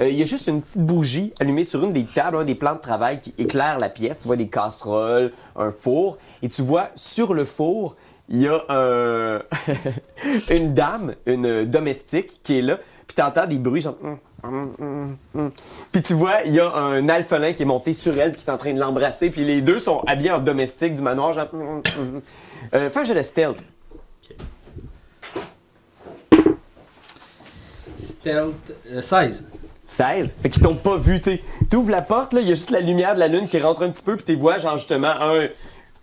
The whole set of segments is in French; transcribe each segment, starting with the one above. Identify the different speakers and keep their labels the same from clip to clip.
Speaker 1: Euh, Il y a juste une petite bougie allumée sur une des tables, un des plans de travail qui éclaire la pièce. Tu vois des casseroles, un four, et tu vois sur le four, il y a un- une dame, une domestique qui est là, puis tu entends des bruits genre... Hum, hum, hum, hum. Puis tu vois, il y a un alphelin qui est monté sur elle, puis qui est en train de l'embrasser, puis les deux sont habillés en domestique du manoir, genre... Hum, hum, hum. Euh, fais un jeu de stealth.
Speaker 2: Stealth euh, 16.
Speaker 1: 16. Fait qu'ils t'ont pas vu, tu T'ouvres la porte, là, il y a juste la lumière de la lune qui rentre un petit peu, puis t'es vois, genre, justement, un,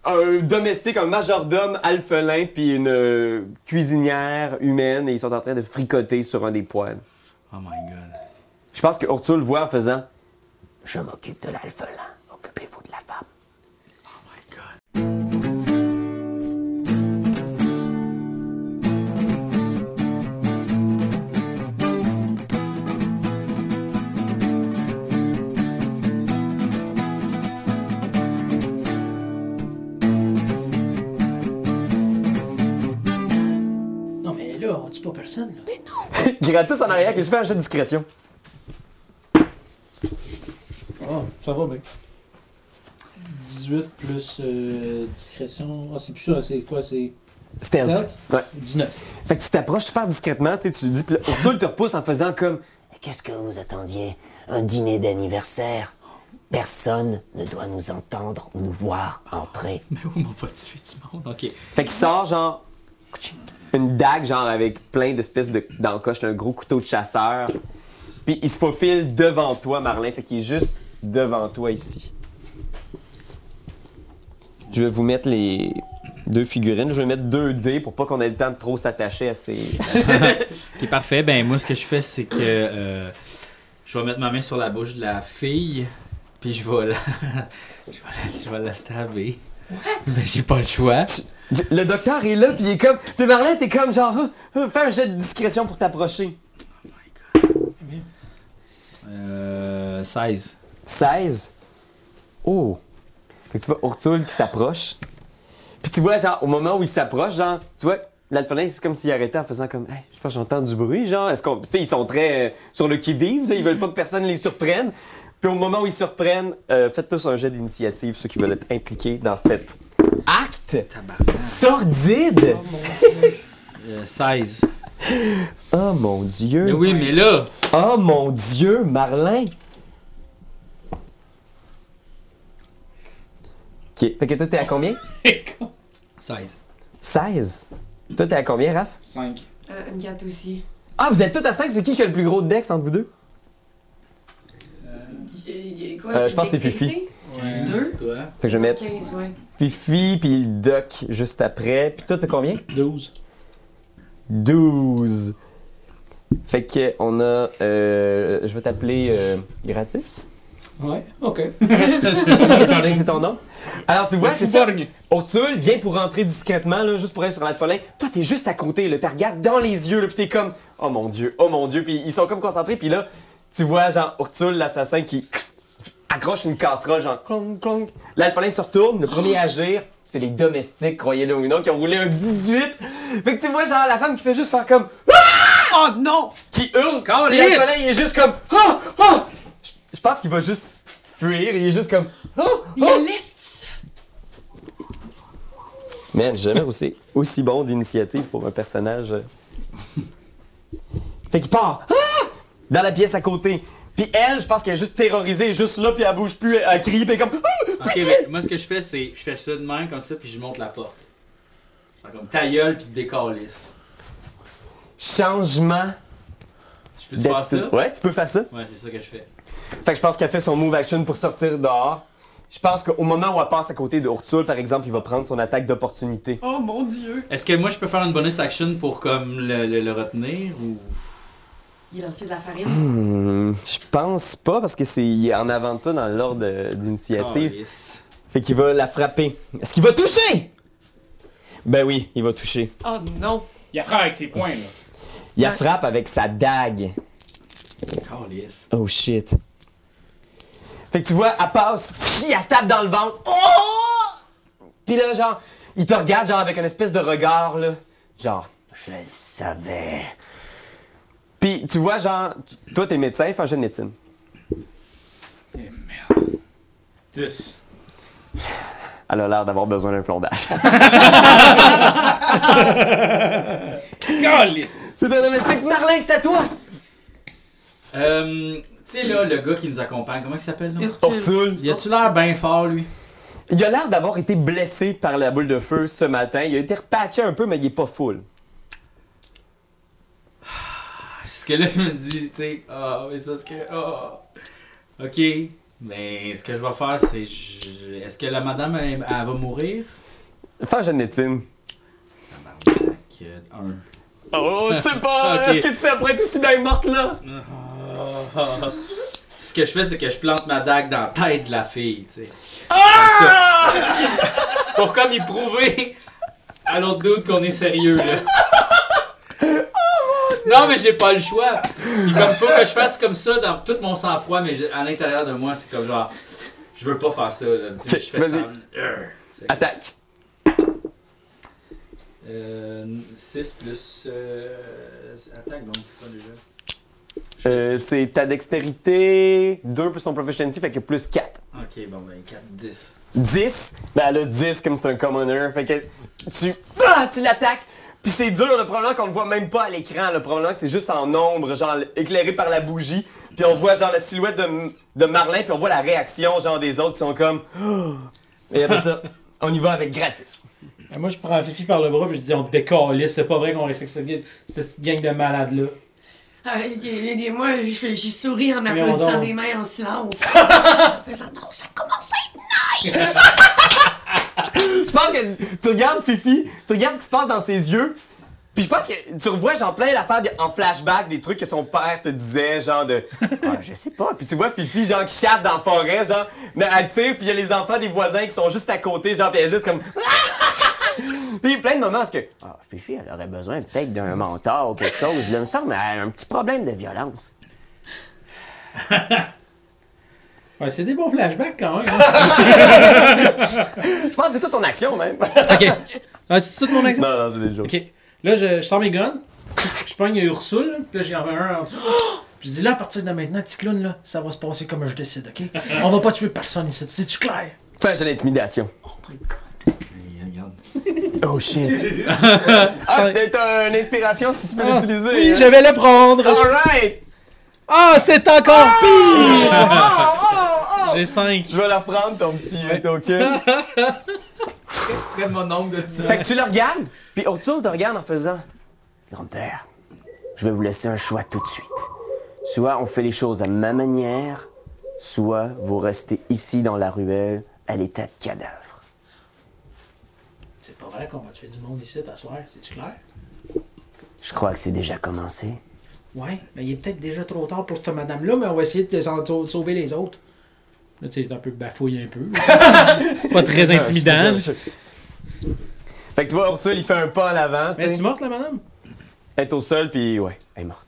Speaker 1: un domestique, un majordome alphelin, puis une euh, cuisinière humaine, et ils sont en train de fricoter sur un des poêles.
Speaker 2: Oh my god.
Speaker 1: Je pense que Urtul le voit en faisant Je m'occupe de l'alphelin, occupez-vous de la femme.
Speaker 3: Non, mais là, on tue pas personne. Là.
Speaker 1: Gratis en arrière, qui se fait un jeu de discrétion.
Speaker 3: Ah, ça va bien. 18 plus euh, discrétion. Ah, c'est plus ça, c'est quoi C'est
Speaker 1: Stealth.
Speaker 3: Stealth?
Speaker 1: Ouais.
Speaker 3: 19.
Speaker 1: Fait que tu t'approches super discrètement, tu sais, tu dis, puis là, Urtul te repousse en faisant comme
Speaker 4: Qu'est-ce que vous attendiez Un dîner d'anniversaire Personne ne doit nous entendre ou nous voir entrer.
Speaker 2: Mais où m'en va tuer du monde? Ok.
Speaker 1: Fait qu'il sort genre une dague genre avec plein d'espèces de d'encoches, un gros couteau de chasseur. Puis il se faufile devant toi, Marlin. Fait qu'il est juste devant toi ici. Je vais vous mettre les deux figurines. Je vais mettre deux dés pour pas qu'on ait le temps de trop s'attacher à ces.
Speaker 2: Ok, parfait. Ben, moi, ce que je fais, c'est que euh, je vais mettre ma main sur la bouche de la fille, puis je vais la. je vais la, je vais la stabber. Mais j'ai pas le choix.
Speaker 1: Le docteur est là, puis il est comme. Puis Marlin, t'es comme genre. Ah, ah, Fais un jet de discrétion pour t'approcher.
Speaker 2: Euh, 16.
Speaker 1: 16. Oh! Fait que tu vois Urtul qui s'approche. Puis tu vois, genre, au moment où il s'approche, genre, tu vois, l'alphelin, c'est comme s'il arrêtait en faisant comme, hey, je pense que j'entends du bruit, genre, est-ce qu'on. Tu sais, ils sont très euh, sur le qui-vive, là, ils veulent pas que personne les surprenne. Puis au moment où ils surprennent, euh, faites tous un jet d'initiative, ceux qui veulent être impliqués dans cet acte sordide!
Speaker 2: Euh, 16.
Speaker 1: Oh mon dieu!
Speaker 2: Mais oui, mais là,
Speaker 1: Oh mon Dieu, Marlin! Ok, fait que toi t'es à combien?
Speaker 2: 16.
Speaker 1: 16. Toi t'es à combien, Raph?
Speaker 5: 5.
Speaker 6: Euh, une gâte aussi.
Speaker 1: Ah, vous êtes tous à 5, c'est qui qui a le plus gros de dex entre vous deux?
Speaker 6: Y- y- quoi,
Speaker 1: Euh, je pense que c'est
Speaker 6: dextérité?
Speaker 2: Ouais,
Speaker 6: Deux.
Speaker 2: c'est toi.
Speaker 1: Fait que je vais mettre
Speaker 6: 15, ouais.
Speaker 1: Fifi puis le Doc juste après. Puis toi t'as combien?
Speaker 3: 12.
Speaker 1: 12. Fait que on a. euh, je vais t'appeler euh, Gratis.
Speaker 3: Ouais, ok.
Speaker 1: Étant donné que c'est ton nom. Alors tu vois, c'est ça. Urtul vient pour rentrer discrètement, là, juste pour aller sur l'alphelin. Toi, t'es juste à côté, là. T'as regardes dans les yeux, là, pis t'es comme, oh mon dieu, oh mon dieu. Puis ils sont comme concentrés, puis là, tu vois, genre, Urtul, l'assassin, qui accroche une casserole, genre, clong, clong. L'alphelin se retourne, le premier à agir, c'est les domestiques, croyez-le ou non, qui ont roulé un 18. Fait que tu vois, genre, la femme qui fait juste faire comme,
Speaker 6: Oh non!
Speaker 1: qui hurle.
Speaker 2: Encore
Speaker 1: Puis l'alphelin, il est juste comme, ah, ah. Je- Je pense qu'il va juste fuir, il est juste comme, ah,
Speaker 6: Il
Speaker 1: ah.
Speaker 6: la laisse
Speaker 1: Man, j'ai jamais aussi, aussi bon d'initiative pour un personnage. euh. Fait qu'il part Ah! dans la pièce à côté. Puis elle, je pense qu'elle est juste terrorisée, elle est juste là, puis elle bouge plus, elle, elle crie, puis elle est comme Ah!
Speaker 2: Ok, ben, moi, ce que je fais, c'est je fais ça de main comme ça, puis je monte la porte. Fait comme ta gueule, puis te décalisse.
Speaker 1: Changement
Speaker 2: Je peux te faire
Speaker 1: d'attitude.
Speaker 2: ça?
Speaker 1: Ouais, tu peux faire ça.
Speaker 2: Ouais, c'est ça que je fais.
Speaker 1: Fait que je pense qu'elle fait son move action pour sortir dehors. Je pense qu'au moment où elle passe à côté de Urtul, par exemple, il va prendre son attaque d'opportunité.
Speaker 6: Oh mon dieu!
Speaker 2: Est-ce que moi, je peux faire une bonus action pour comme le, le- le retenir ou.
Speaker 6: Il a lancé de la farine.
Speaker 1: Hmm, je pense pas, parce que c'est il est en avant de toi dans l'ordre euh, d'initiative.
Speaker 2: Calisse.
Speaker 1: Fait qu'il va la frapper. Est-ce qu'il va toucher? Ben oui, il va toucher.
Speaker 6: Oh non!
Speaker 5: Il a frère avec ses points, là.
Speaker 1: Il la frappe avec sa dague.
Speaker 2: Calisse.
Speaker 1: Oh shit. Fait que tu vois, elle passe, pfff, elle se tape dans le ventre. Oh! Puis là, genre, il te regarde, genre, avec une espèce de regard, là. Genre, je le savais. Puis tu vois, genre, tu- toi, t'es médecin, fais un jeu de médecine.
Speaker 2: 10.
Speaker 1: Elle a l'air d'avoir besoin d'un plombage.
Speaker 2: Calice!
Speaker 1: C'est un domestique, Marlin, c'est à toi!
Speaker 2: Euh, tu sais, là, le gars qui nous accompagne, comment il s'appelle, là?
Speaker 1: Ortul!
Speaker 2: Il a-tu l'air bien fort, lui?
Speaker 1: Il a l'air d'avoir été blessé par la boule de feu ce matin. Il a été repatché un peu, mais il est pas full.
Speaker 2: Parce que là, je me dis, tu sais, ah, mais c'est parce que. ah. Ok. Mais ce que je vais faire, c'est. je- Est-ce que la madame, elle, elle va mourir?
Speaker 1: Fais un jeu de médecine.
Speaker 2: Tabarnak, euh, Un.
Speaker 1: Oh, tu sais
Speaker 2: Ok.
Speaker 1: pas! Est-ce que tu sais après tout si bien morte là?
Speaker 2: Ah. Ce que je fais, c'est que je plante ma dague dans la tête de la fille, tu sais. Comme
Speaker 1: Ah!
Speaker 2: ça. Pour comme y prouver à l'autre doute qu'on est sérieux, là. Non, mais j'ai pas le choix. Puis comme faut que je fasse comme ça dans tout mon sang-froid, mais je- à l'intérieur de moi, c'est comme genre, je veux pas faire ça, là. Tu sais,
Speaker 1: Ok,
Speaker 2: je fais
Speaker 1: vas-y.
Speaker 2: ça. Urgh. Fait que,
Speaker 1: Attaque.
Speaker 2: Euh, 6 plus. euh, attaque, donc c'est quoi déjà?
Speaker 1: Euh, c'est ta dextérité, 2 plus ton proficiency, fait que plus 4.
Speaker 2: Ok, bon, ben 4, 10.
Speaker 1: 10, ben elle a 10 comme c'est un commoner, fait que tu, ah, tu l'attaques, puis c'est dur, le problème qu'on le voit même pas à l'écran, le problème que c'est juste en ombre, genre éclairé par la bougie, puis on voit genre la silhouette de, de Marlin, puis on voit la réaction genre des autres qui sont comme, Ah. et après ça, on y va avec gratis.
Speaker 3: Et moi, je prends Fifi par le bras et je dis on te décalisse, c'est pas vrai qu'on reste avec cette guide- cette petite gang de malades là.
Speaker 6: Ah, et- et- et Moi, je fais- j'ai souri en
Speaker 3: Voyons
Speaker 6: applaudissant
Speaker 3: donc.
Speaker 6: des mains en silence. En faisant, non, ça commence à être...
Speaker 1: Je pense que tu regardes Fifi, tu regardes ce qui se passe dans ses yeux. Puis je pense que tu revois genre plein d'affaires de- en flashback, des trucs que son père te disait, genre de Ah, je sais pas. Puis tu vois Fifi genre qui chasse dans la forêt, genre mais elle tire, puis il y a les enfants des voisins qui sont juste à côté, genre puis elle est juste comme Puis il y a plein de moments parce que
Speaker 4: Ah, Fifi, elle aurait besoin peut-être d'un mentor ou quelque chose. Là, il me semble qu'elle a un petit problème de violence.
Speaker 3: Ouais, c'est des bons flashbacks quand même. hein.
Speaker 1: je pense que c'est toute ton action même.
Speaker 3: ok. Ah, c'est tout mon action.
Speaker 1: non non, c'est des jokes.
Speaker 3: Ok. Là, je, je sors mes guns. Je pogne Ursule. là, Puis là, j'en mets un en dessous. Je dis là, à partir de maintenant, petit clown, là, ça va se passer comme je décide, ok? On va pas tuer personne ici. C'est-tu clair?
Speaker 1: Fais un jeu d'intimidation.
Speaker 2: Regarde.
Speaker 1: Oh shit. ah, t'as une inspiration si tu peux
Speaker 3: Ah,
Speaker 1: l'utiliser.
Speaker 3: oui,
Speaker 1: hein.
Speaker 3: je vais le prendre.
Speaker 1: All right.
Speaker 3: Ah, c'est encore pire!
Speaker 1: Oh, oh, oh.
Speaker 3: J'ai 5.
Speaker 1: Je vais leur prendre ton petit euh, token.
Speaker 2: Regarde mon ongle de ça.
Speaker 1: fait que tu le regardes, puis autour te regarde en faisant.
Speaker 4: Grand-père, je vais vous laisser un choix tout de suite. Soit on fait les choses à ma manière, soit vous restez ici dans la ruelle à l'état de cadavre.
Speaker 3: C'est pas vrai qu'on va tuer du monde ici, t'asseoir, c'est-tu clair?
Speaker 4: Je crois que c'est déjà commencé.
Speaker 3: Ouais, mais il est peut-être déjà trop tard pour cette madame-là, mais on va essayer de s'en- de sauver les autres. Là, tu sais, c'est un peu bafouille un peu. pas très
Speaker 1: Euh, je- je- je- Fait que tu vois, Ursule, il fait un pas en avant. tu
Speaker 3: Mais
Speaker 1: sais.
Speaker 3: tu morte, la madame?
Speaker 1: Elle est au sol, puis ouais, elle est morte.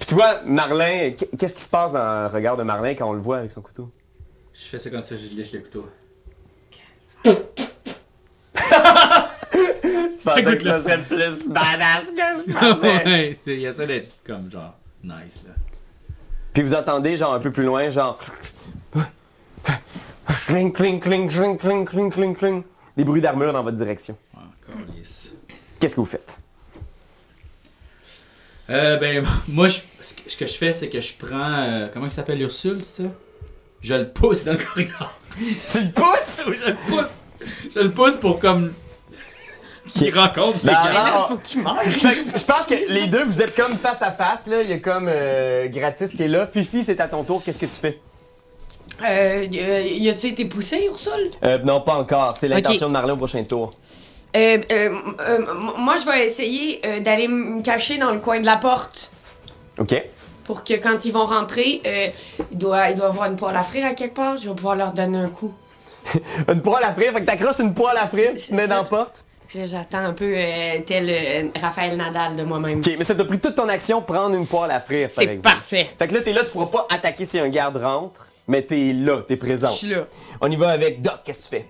Speaker 1: Puis tu vois, Marlin, qu- qu'est-ce qui se passe dans le regard de Marlin quand on le voit avec son couteau?
Speaker 2: Je fais ça comme ça, je lèche le couteau.
Speaker 1: Je pensais que ça serait plus badass que je
Speaker 5: Ah,
Speaker 1: pensais.
Speaker 2: ouais, il essaie d'être comme genre nice là.
Speaker 1: puis vous entendez, genre, un peu plus loin, genre. Cling, cling, cling, cling, cling, cling, cling, cling. Des bruits d'armure dans votre direction.
Speaker 2: Encore yes.
Speaker 1: Qu'est-ce que vous faites?
Speaker 2: Euh, ben, moi, je- ce que- ce que je fais, c'est que je prends. euh, comment il s'appelle Ursule, c'est ça Je le pousse dans le corridor.
Speaker 1: Tu le pousses!
Speaker 2: je le pousse. Je le pousse pour comme. qu'il rencontre les
Speaker 1: Ben,
Speaker 6: Mais
Speaker 2: gars.
Speaker 1: Ah,
Speaker 6: là,
Speaker 1: ah.
Speaker 6: faut qu'il meure.
Speaker 1: Fait que je pense que les deux, vous êtes comme face à face. Là. Il y a comme euh, Gratis qui est là. Fifi, c'est à ton tour. Qu'est-ce que tu fais?
Speaker 6: Euh, y a- y a-tu été poussé, Ursule?
Speaker 1: Euh, non, pas encore. C'est l'intention de
Speaker 6: Ok.
Speaker 1: Marlin au prochain tour.
Speaker 6: Euh, euh, euh, m- moi, je vais essayer euh, d'aller me cacher dans le coin de la porte
Speaker 1: OK.
Speaker 6: pour que quand ils vont rentrer, euh, il, doit, il doit avoir une poêle à frire à quelque part. Je vais pouvoir leur donner un coup.
Speaker 1: Une poêle à frire. Fait que t'accroches une poêle à frire, tu te mets
Speaker 6: C'est
Speaker 1: dans
Speaker 6: ça.
Speaker 1: la porte.
Speaker 6: Puis là, j'attends un peu euh, tel euh, Raphaël Nadal de moi-même.
Speaker 1: OK, mais ça t'a pris toute ton action prendre une poêle à frire, par
Speaker 6: C'est
Speaker 1: exemple.
Speaker 6: parfait.
Speaker 1: Fait que là, t'es là, tu pourras pas attaquer si un garde rentre, mais t'es là, t'es présent.
Speaker 6: Je suis là.
Speaker 1: On y va avec Doc, qu'est-ce que tu fais?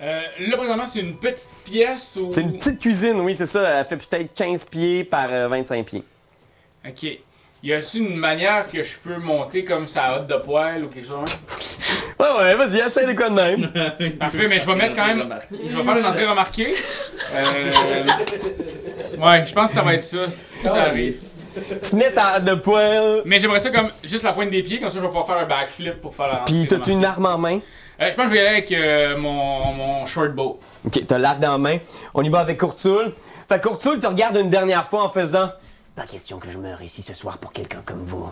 Speaker 5: Euh, là, présentement, c'est une petite pièce ou.
Speaker 1: C'est une petite cuisine, oui, c'est ça. Elle fait peut-être 15 pieds par euh, 25 pieds.
Speaker 5: Ok. Y a-t-il une manière que je peux monter comme ça hotte de poêle ou quelque chose? de même?
Speaker 1: Ouais, ouais, vas-y, essaie de quoi de même.
Speaker 5: Parfait, mais je vais mettre quand même. Je vais faire une entrée remarquée. Euh... Ouais, je pense que ça va être ça, si ça arrive.
Speaker 1: tu te mets ça à de poil.
Speaker 5: Mais j'aimerais ça comme juste la pointe des pieds, comme ça je vais pouvoir faire un backflip pour faire la rentrée
Speaker 1: Puis t'as-tu
Speaker 5: remarquée.
Speaker 1: une arme en main?
Speaker 5: Euh, je pense que je vais y aller avec euh, mon, mon short bow.
Speaker 1: Ok, t'as l'arc dans la main. On y va avec Courtoul. Fait que Courtoul te regarde une dernière fois en faisant.
Speaker 4: Pas question que je meure ici ce soir pour quelqu'un comme vous.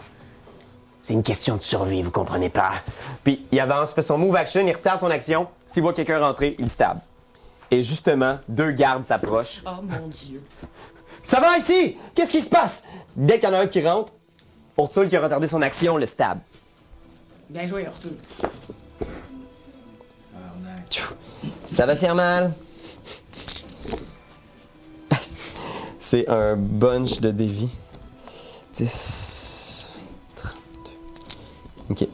Speaker 4: C'est une question de survie, vous comprenez pas?
Speaker 1: Puis il avance, fait son move action, il retarde son action. S'il voit quelqu'un rentrer, il stab. Et justement, deux gardes s'approchent.
Speaker 6: Oh mon dieu.
Speaker 1: Ça va ici? Qu'est-ce qui se passe? Dès qu'il y en a un qui rentre, Ursule qui a retardé son action le stab.
Speaker 6: Bien joué, Ortul.
Speaker 1: Ça va faire mal. C'est un bunch de dévi. 10, 32. Ok.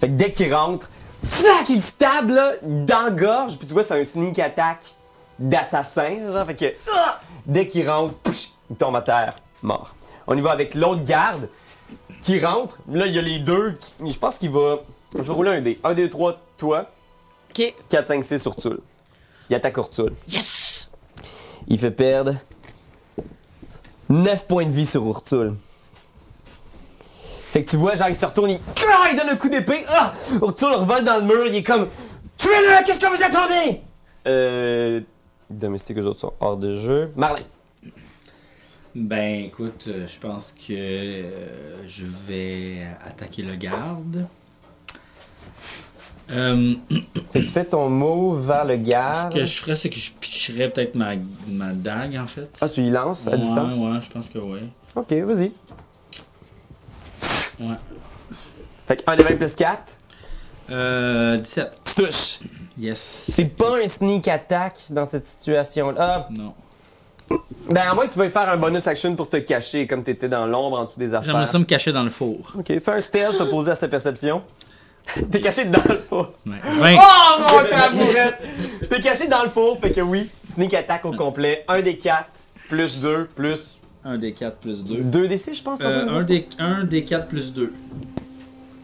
Speaker 1: Fait que dès qu'il rentre, flac, il stab là, d'engorge. Puis tu vois, c'est un sneak attack d'assassin. Genre, fait que ah! dès qu'il rentre, psh, il tombe à terre, mort. On y va avec l'autre garde qui rentre. Là, il y a les deux. qui- je pense qu'il va. Je vais rouler un dé. 1, 2, 3, toi.
Speaker 6: Ok.
Speaker 1: 4, 5, 6 sur Tulle. Il attaque Urtul.
Speaker 6: Yes!
Speaker 1: Il fait perdre 9 points de vie sur Urtul. Fait que tu vois, genre, il se retourne, il, Ah! il donne un coup d'épée. Ah! Urtul revole dans le mur, il est comme Tuez-le, qu'est-ce que vous attendez? Euh. Domestique, eux autres sont hors de jeu. Marlin.
Speaker 2: Ben écoute, euh, je pense que euh, je vais attaquer le garde. Euh,
Speaker 1: Fait que tu fais ton mot vers le
Speaker 2: ce
Speaker 1: garde.
Speaker 2: que je ferais, c'est que je pitcherais peut-être ma, ma dague en fait.
Speaker 1: Ah, tu y lances à
Speaker 2: ouais,
Speaker 1: distance?
Speaker 2: Ouais, je pense que oui.
Speaker 1: Ok, vas-y.
Speaker 2: Ouais.
Speaker 1: Fait que 1 des 20 plus 4,
Speaker 2: Euh, 17.
Speaker 1: tu touches.
Speaker 2: Yes.
Speaker 1: C'est pas un sneak attack dans cette situation-là. Ah,
Speaker 2: Non.
Speaker 1: Ben, à moins que tu veuilles faire un bonus action pour te cacher, comme t'étais dans l'ombre en dessous des affaires.
Speaker 2: J'aimerais ça me cacher dans le four.
Speaker 1: Ok, fais un stealth opposé à sa perception. T'es caché dans le four.
Speaker 2: Ouais. 20.
Speaker 1: Oh mon tabourette! T'es caché dans le four, fait que oui, sneak attack au complet. Un des quatre, plus deux, plus
Speaker 2: 1 des 4 plus 2.
Speaker 1: deux des six, je pense. en tout.
Speaker 2: Euh, un, des, un des 4 plus 2.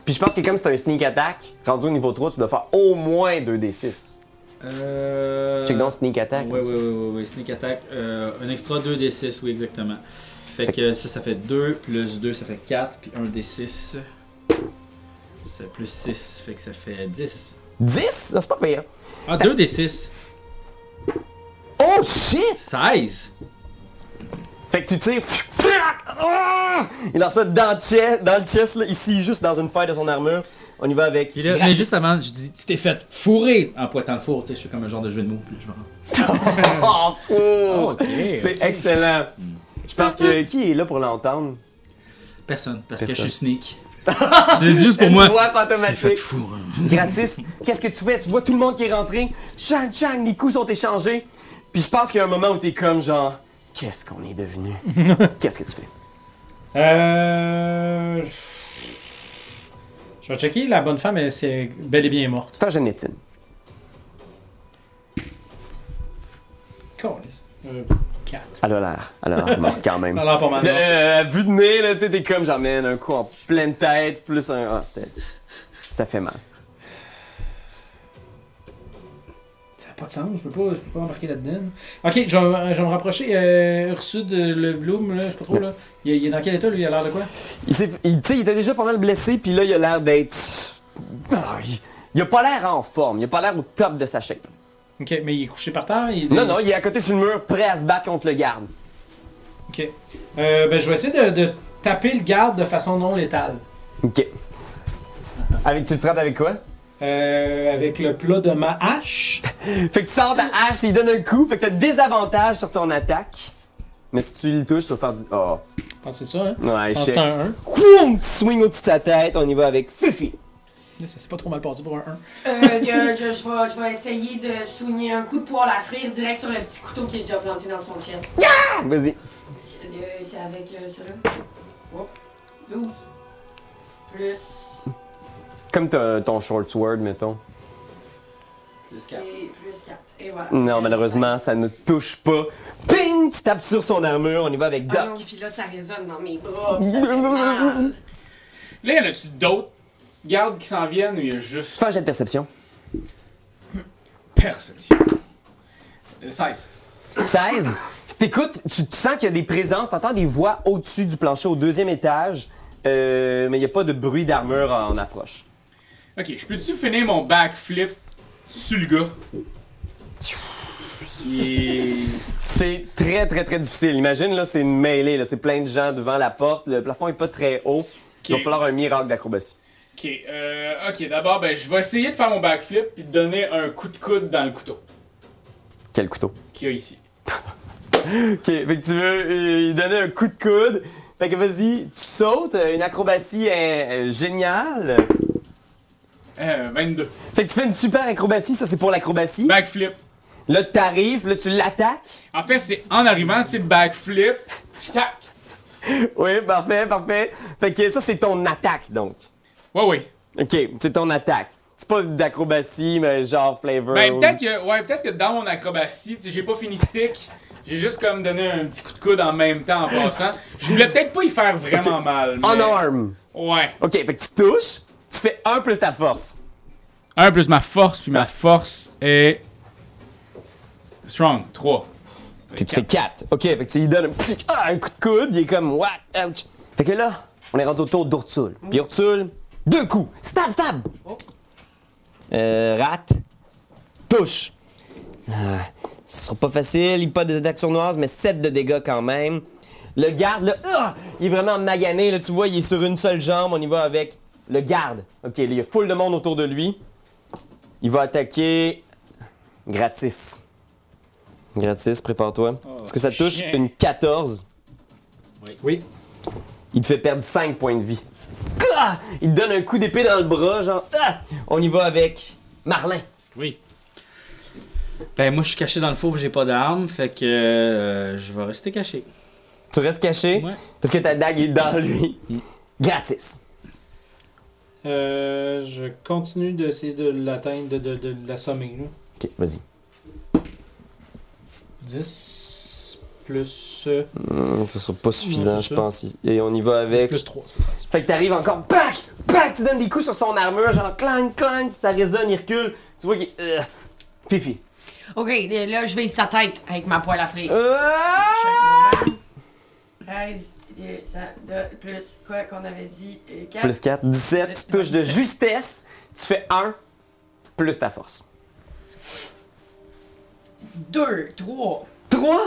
Speaker 1: Puis je pense que comme c'est un sneak attack, rendu au niveau 3, tu dois faire au moins deux des six.
Speaker 2: Euh...
Speaker 1: Check donc sneak attack.
Speaker 2: Ouais, ouais, ouais, ouais, ouais, sneak attack. Euh, un extra 2 des 6, oui, exactement. Fait que ça, ça fait 2, plus 2, ça fait 4, puis 1 des 6, c'est plus 6, fait que ça fait 10.
Speaker 1: 10? Ah, c'est pas pire.
Speaker 2: Ah, 2 des 6,
Speaker 1: Oh shit!
Speaker 2: 16!
Speaker 1: Fait que tu tires. pff, frac, ah! Il lance ça dans le chest, dans le chest là, ici, juste dans une faille de son armure. On y va avec.
Speaker 2: Puis là, mais
Speaker 1: Gratis.
Speaker 2: juste avant, je dis, tu t'es fait fourrer en pointant le four, tu sais, je fais comme un genre de jeu de mots, puis je me rends.
Speaker 1: Oh, oh. C'est excellent. Je pense que qui est là pour l'entendre?
Speaker 2: Personne, parce que je
Speaker 1: Personne.
Speaker 2: suis sneak. je le dis juste pour moi.
Speaker 1: Voix
Speaker 2: Je t'ai fait
Speaker 1: fantomatique.
Speaker 2: fourrer.
Speaker 1: Gratis. Qu'est-ce que tu fais? Tu vois tout le monde qui est rentré. Chang, chang, les coups sont échangés. Puis je pense qu'il y a un moment où t'es comme genre, qu'est-ce qu'on est devenu? qu'est-ce que tu fais?
Speaker 3: Euh. Je vais checker, la bonne femme, elle c'est bel et bien morte.
Speaker 1: Fais un jeu de médecine.
Speaker 3: Calisse. Euh, 4.
Speaker 1: Elle a l'air. Elle a l'air morte quand même.
Speaker 3: pas mal. morte.
Speaker 1: Euh, à vue de nez, là, tu sais, t'es comme, j'en mène un coup en pleine tête, plus un. Ah, c'était. Ça fait mal.
Speaker 3: Ça n'a pas de sens, je peux pas, je peux pas embarquer là-dedans. Ok, je vais, je vais me rapprocher. Euh, Ursud, euh, le Bloom, là, je sais pas trop, là. Il, est- il est dans quel état, lui Il a l'air de quoi
Speaker 1: Il s'est- il- tu sais, il était déjà pas mal blessé, puis là, il a l'air d'être. Ah, il- Il a pas l'air en forme, il a pas l'air au top de sa shape.
Speaker 3: Ok, mais il est couché par terre il est-
Speaker 1: Non, non, il est à côté sur le mur, prêt à se battre contre le garde.
Speaker 3: Ok. Euh, ben, je vais essayer de, de taper le garde de façon non létale.
Speaker 1: Ok. Avec, tu le frappes avec quoi?
Speaker 3: Euh, avec le plat de ma hache.
Speaker 1: Fait que tu sors ta hache, il donne un coup, fait que t'as désavantage sur ton attaque. Mais si tu le touches, tu vas faire du. Oh,
Speaker 3: Je pense que c'est ça, hein
Speaker 1: ouais,
Speaker 3: Je pense que
Speaker 1: échec.
Speaker 3: c'est un 1.
Speaker 1: Coum! Tu swing au-dessus de sa tête, on y va avec Fifi.
Speaker 3: Là, ça s'est pas trop mal passé pour un 1.
Speaker 6: Euh, je, je- je vais, je vais essayer de soigner un coup de poêle à frire direct sur le petit couteau qui est déjà planté dans son chest.
Speaker 1: Ah, Vas-y.
Speaker 6: C'est euh, c'est avec euh, celui-là. Oh. 12. Plus.
Speaker 1: Comme t'as ton short sword, mettons.
Speaker 6: C'est plus 4. Et voilà.
Speaker 1: Non, malheureusement, ça ne touche pas. Ping! Ping! Tu tapes sur son armure, on y va avec
Speaker 6: Ah non,
Speaker 1: Doc.
Speaker 6: puis là, ça résonne dans mes bras. puis ça fait mal.
Speaker 5: Là, y en a-tu d'autres gardes qui s'en viennent ou y a juste
Speaker 1: Fais un jet de perception.
Speaker 5: perception? Le 16.
Speaker 1: 16. Puis T'écoutes, tu, tu sens qu'il y a des présences, t'entends des voix au-dessus du plancher au deuxième étage, euh, mais il n'y a pas de bruit d'armure en, en approche.
Speaker 5: Ok, je peux-tu finir mon backflip sur le gars? Il est-
Speaker 1: C'est très, très, très difficile. Imagine, là, c'est une mêlée, là, c'est plein de gens devant la porte, le plafond est pas très haut. Il va falloir un miracle d'acrobatie.
Speaker 5: Ok, euh, ok, d'abord, ben, je vais essayer de faire mon backflip puis de donner un coup de coude dans le couteau
Speaker 1: Quel couteau.
Speaker 5: qu'il y a ici.
Speaker 1: Ok, fait que tu veux euh, lui donner un coup de coude. Fait que vas-y, tu sautes, euh, une acrobatie euh, euh, géniale.
Speaker 5: Euh, 22.
Speaker 1: Fait que tu fais une super acrobatie, ça c'est pour l'acrobatie.
Speaker 5: Backflip.
Speaker 1: Là, t'arrives, là, tu l'attaques.
Speaker 5: En fait, c'est en arrivant, tu sais, backflip, je tac.
Speaker 1: Oui, parfait, parfait. Fait que ça, c'est ton attaque, donc.
Speaker 5: Ouais, ouais.
Speaker 1: OK, c'est ton attaque. C'est pas d'acrobatie, mais genre flavor.
Speaker 5: Ben, peut-être que, ouais, peut-être que dans mon acrobatie, tu sais, j'ai pas fini stick. J'ai juste comme donné un petit coup de coude en même temps en passant. Je voulais peut-être pas y faire vraiment mal. mais-
Speaker 1: On arm.
Speaker 5: Ouais.
Speaker 1: OK, fait que tu touches, tu fais un plus ta force.
Speaker 5: Un plus ma force, puis ma force est. Strong. 3.
Speaker 1: Puis tu fais 4. OK, fait que tu lui donnes un, petit- ah, un coup de coude, il est comme what, ouch. Fait que là, on est rendu autour d'Urtul. Puis Urtul, deux coups. Stab, stab. Euh, rate, touche. Ah, ce sera pas facile, il pas de- d'action noire, mais 7 de dégâts quand même. Le garde, là, ah, il est vraiment magané, là, tu vois, il est sur une seule jambe, on y va avec le garde. OK, là, il y a full de monde autour de lui. Il va attaquer gratis. Gratis, prépare-toi. Est-ce que ça te touche
Speaker 5: chien.
Speaker 1: une 14?
Speaker 3: Oui.
Speaker 1: Il te fait perdre 5 points de vie. Ah! Il te donne un coup d'épée dans le bras, genre. ah! On y va avec Marlin.
Speaker 2: Oui. Ben, moi, je suis caché dans le four, j'ai pas d'arme, fait que euh, je vais rester caché.
Speaker 1: Tu restes caché
Speaker 2: Ouais.
Speaker 1: parce que ta dague est dans lui. Gratis.
Speaker 3: Euh, je continue d'essayer de l'atteindre, de, de, de, l'assommer. là.
Speaker 1: Ok, vas-y.
Speaker 3: 10 plus, euh,
Speaker 1: Ce Hmm, sera pas
Speaker 3: suffisant, je
Speaker 1: pense. Et on y va
Speaker 3: 10 plus 3.
Speaker 1: Fait que t'arrives encore, back, back, tu donnes des coups sur son armure, genre clang, clang, ça résonne, il recule. Tu vois qu'il. euh, Fifi.
Speaker 6: Ok, là, je vais sa tête avec ma poêle à frire.
Speaker 1: Ah!
Speaker 6: 13, euh, ça, de, plus quoi qu'on avait dit, euh, 4.
Speaker 1: Plus 4, 17, tu touches de justesse, tu fais 1, plus ta force.
Speaker 6: 2, 3.
Speaker 1: 3,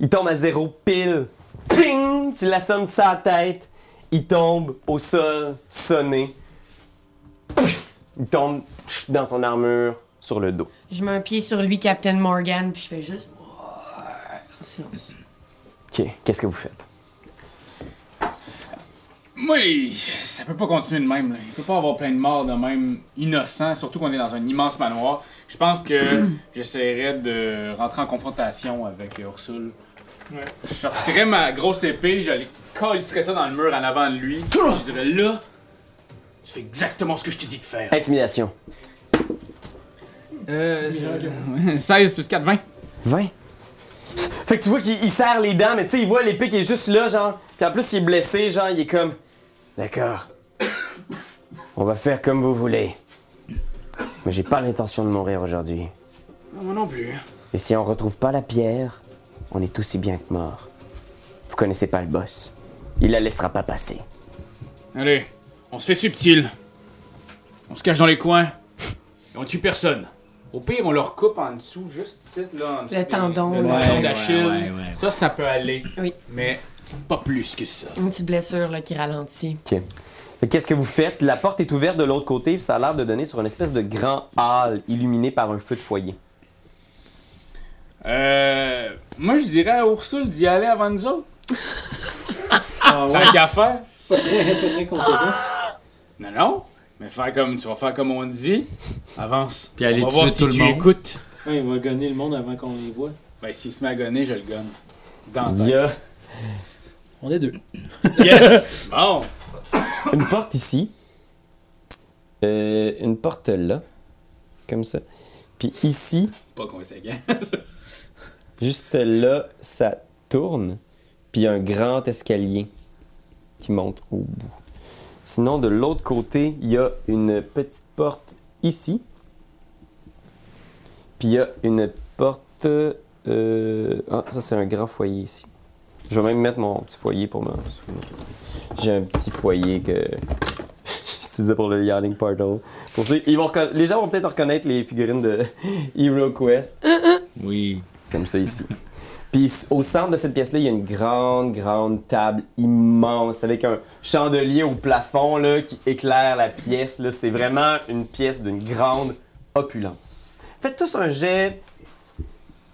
Speaker 1: il tombe à zéro pile. Ping! Tu l'assommes sa tête. Il tombe au sol, sonné. Pouf! Il tombe pff, dans son armure, sur le dos.
Speaker 6: Je mets un pied sur lui, Captain Morgan, puis je fais juste. En silence.
Speaker 1: OK, qu'est-ce que vous faites?
Speaker 5: Oui, ça peut pas continuer de même. Là. Il peut pas avoir plein de morts de même innocents, surtout qu'on est dans un immense manoir. Je pense que j'essaierais de rentrer en confrontation avec Ursule.
Speaker 3: Ouais.
Speaker 5: Je sortirais ma grosse épée, j'allais colisserais ça dans le mur en avant de lui. Je dirais là, tu fais exactement ce que je t'ai dit de faire.
Speaker 1: Intimidation.
Speaker 5: Euh, 16 plus 4, 20.
Speaker 1: 20. Fait que tu vois qu'il il serre les dents, mais tu sais, il voit l'épée qui est juste là, genre. Puis en plus, il est blessé, genre, il est comme. D'accord. On va faire comme vous voulez. Mais j'ai pas l'intention de mourir aujourd'hui.
Speaker 5: Moi non plus.
Speaker 4: Et si on retrouve pas la pierre, on est aussi bien que mort. Vous connaissez pas le boss. Il la laissera pas passer.
Speaker 5: Allez, on se fait subtil. On se cache dans les coins. Et on tue personne. Au pire, on leur coupe en dessous, juste ici, là. En dessous
Speaker 6: Le
Speaker 5: des-
Speaker 6: tendon,
Speaker 5: Le
Speaker 6: là.
Speaker 5: tendon
Speaker 2: Ouais,
Speaker 5: d'Achille.
Speaker 2: ouais, ouais, ouais.
Speaker 5: Ça, ça peut aller.
Speaker 6: Oui.
Speaker 5: Mais pas plus que ça.
Speaker 6: Une petite blessure là, qui ralentit.
Speaker 1: Fait que Qu'est-ce que vous faites? La porte est ouverte de l'autre côté, puis ça a l'air de donner sur une espèce de grand hall illuminé par un feu de foyer.
Speaker 5: Euh. Moi, je dirais à Ursule d'y aller avant nous autres.
Speaker 3: Ah ouais,
Speaker 5: Tant qu'à faire.
Speaker 3: pas très, pas très conséquent.
Speaker 5: Non, non. Mais faire comme. Tu vas faire comme on dit. Avance.
Speaker 2: Puis aller
Speaker 5: on va
Speaker 2: tuer
Speaker 5: voir si
Speaker 2: tout le
Speaker 5: tu
Speaker 2: monde.
Speaker 5: écoutes.
Speaker 3: Ouais, il va gagner le monde avant qu'on les voit.
Speaker 5: Ben, s'il se met à gonner, je le gonne. Dans
Speaker 1: Il y a
Speaker 3: On est deux.
Speaker 5: Yes! Bon!
Speaker 1: une porte ici, euh, une porte là, comme ça. Puis ici,
Speaker 5: Pas conséquent.
Speaker 1: juste là, ça tourne, puis il y a un grand escalier qui monte au bout. Sinon, de l'autre côté, il y a une petite porte ici, puis il y a une porte. euh, Ah, ça, c'est un grand foyer ici. Je vais même mettre mon petit foyer pour me. J'ai un petit foyer que. J'utilisais pour le Yarding Portal. Pour ceux- ils vont reconna- Les gens vont peut-être reconnaître les figurines de Hero Quest
Speaker 2: Oui.
Speaker 1: comme ça ici. Puis s- au centre de cette pièce-là, il y a une grande, grande table immense avec un chandelier au plafond là, qui éclaire la pièce. là. C'est vraiment une pièce d'une grande opulence. Faites tous un jet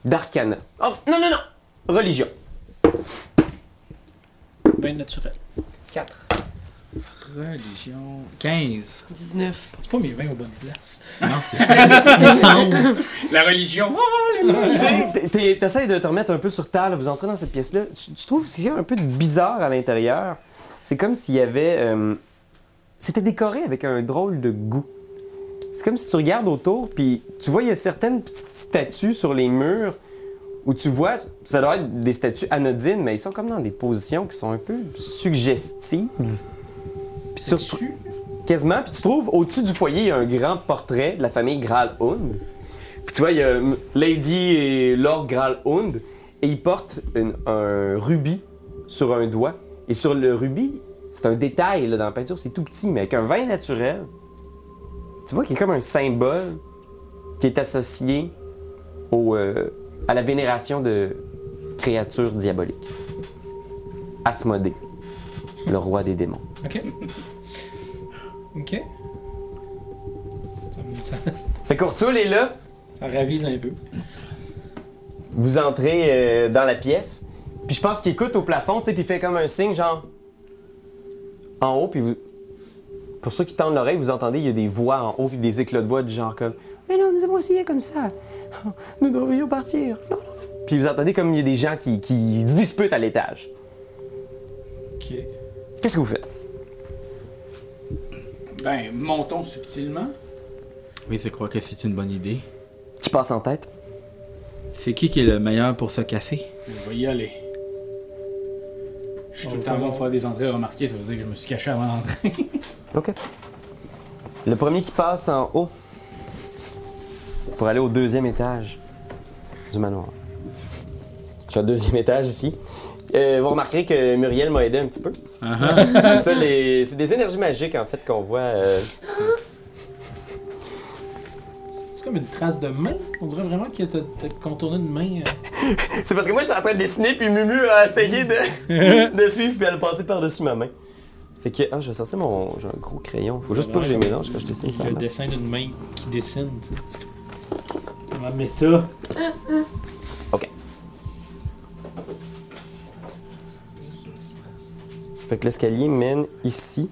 Speaker 1: d'arcana. Oh, non, non, non! Religion.
Speaker 3: Ben naturel.
Speaker 6: 4.
Speaker 2: Religion. 15.
Speaker 6: 19.
Speaker 3: C'est pas mes vins aux bonnes places.
Speaker 2: Non, c'est ça. Il me semble.
Speaker 5: La religion.
Speaker 1: Tu sais, t'es- t'es- t'essayes de te remettre un peu sur terre, là, vous entrez dans cette pièce-là, tu, tu trouves ce qu'il y a un peu de bizarre à l'intérieur. C'est comme s'il y avait... euh, C'était décoré avec un drôle de goût. C'est comme si tu regardes autour, puis tu vois, il y a certaines petites statues sur les murs où tu vois, ça doit être des statues anodines, mais ils sont comme dans des positions qui sont un peu suggestives. Puis tu retrou- Quasiment. Puis tu trouves, au-dessus du foyer, il y a un grand portrait de la famille Graal-Hund. Puis tu vois, il y a euh, Lady et Lord Graal-Hund, et ils portent une- un rubis sur un doigt. Et sur le rubis, c'est un détail là, dans la peinture, c'est tout petit, mais avec un vin naturel, tu vois qu'il y a comme un symbole qui est associé au, euh, à la vénération de créatures diaboliques. Asmodée, le roi des démons.
Speaker 3: Ok. Ok. Ça, me- ça,
Speaker 1: Fait qu'Ortul est là,
Speaker 3: ça ravise un peu.
Speaker 1: vous entrez euh, dans la pièce, puis je pense qu'il écoute au plafond, tu sais, puis il fait comme un signe, genre en haut, puis vous... pour ceux qui tendent l'oreille, vous entendez, il y a des voix en haut, puis des éclats de voix du genre comme Mais non, nous avons essayé comme ça, nous devrions partir. Non, non. Puis vous entendez comme il y a des gens qui, qui se disputent à l'étage.
Speaker 3: Ok.
Speaker 1: Qu'est-ce que vous faites?
Speaker 5: Ben, montons subtilement.
Speaker 2: Oui, je crois que c'est une bonne idée.
Speaker 1: Qui passe en tête?
Speaker 2: C'est qui qui est le meilleur pour se casser?
Speaker 5: Je vais y aller. Je suis tout le temps
Speaker 3: va-
Speaker 5: bon de faire des entrées remarquées, ça veut dire que je me suis caché avant d'entrer.
Speaker 1: Ok. Le premier qui passe en haut pour aller au deuxième étage du manoir. Je suis au deuxième étage ici. Euh, vous remarquerez que Muriel m'a aidé un petit peu.
Speaker 2: Ah
Speaker 1: C'est ça, les- c'est des énergies magiques en fait qu'on voit. euh,
Speaker 3: C'est comme une trace de main. On dirait vraiment que t'as t'as contourné une main. euh.
Speaker 1: C'est parce que moi j'étais en train de dessiner puis Mumu a essayé de, de suivre puis elle a passé par-dessus ma main. Fait que. Ah, je vais sortir mon. J'ai un gros crayon. Faut juste pas que je les mélange quand je dessine ça.
Speaker 3: Le dessin d'une main qui dessine. tu sais. Ma méta.
Speaker 1: Fait que l'escalier mène ici.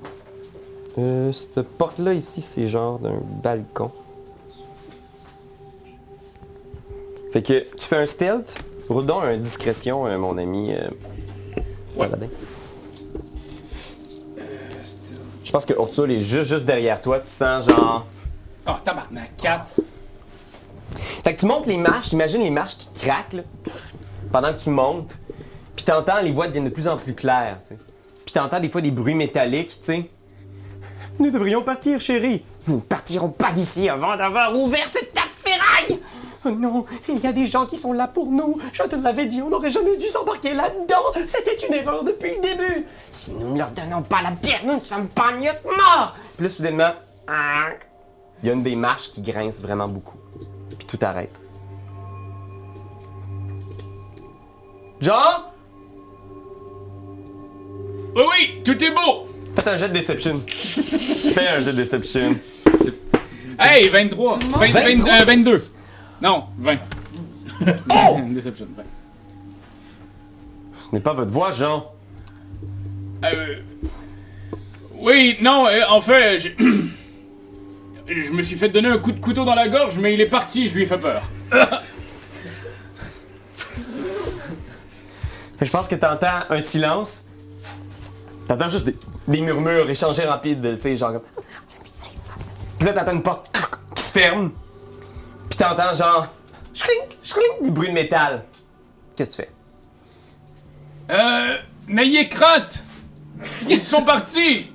Speaker 1: Euh, cette porte-là ici, c'est genre d'un balcon. Fait que tu fais un stealth. Roule donc un discrétion, euh, mon ami. euh, Paladin. Je pense que Urtul est juste, juste derrière toi. Tu sens genre.
Speaker 5: Ah, tabarnak, 4.
Speaker 1: Fait que tu montes les marches, imagine les marches qui craquent, là, pendant que tu montes. Puis t'entends, les voix deviennent de plus en plus claires, tu sais. Puis t'entends des fois des bruits métalliques, tu sais. Nous devrions partir, chérie. Nous ne partirons pas d'ici avant d'avoir ouvert cette table ferraille. Oh non, il y a des gens qui sont là pour nous. Je te l'avais dit, on n'aurait jamais dû s'embarquer là-dedans. C'était une erreur depuis le début. Si nous ne leur donnons pas la pierre, nous ne sommes pas mieux que morts. Puis là, soudainement, hein, il y a une des marches qui grince vraiment beaucoup puis tout arrête. Jean,
Speaker 5: Oui, oui, tout est beau!
Speaker 1: faites un jet de déception. Fais un jet de déception.
Speaker 5: Hey, 23!
Speaker 6: le monde?
Speaker 5: 20, 20, euh, 22! Non, 20. Oh! Déception, 20.
Speaker 1: Ce n'est pas votre voix, Jean.
Speaker 5: Euh, oui, non, euh, en fait, je... je me suis fait donner un coup de couteau dans la gorge, mais il est parti, je lui ai fait peur.
Speaker 1: Je pense que t'entends un silence. T'entends juste des, des murmures échangés rapides, tu sais, genre comme. Puis là, t'entends une porte qui se ferme. Puis t'entends genre. Shrink, shrink, des bruits de métal. Qu'est-ce que tu fais?
Speaker 5: Euh. N'ayez crainte! Ils sont partis!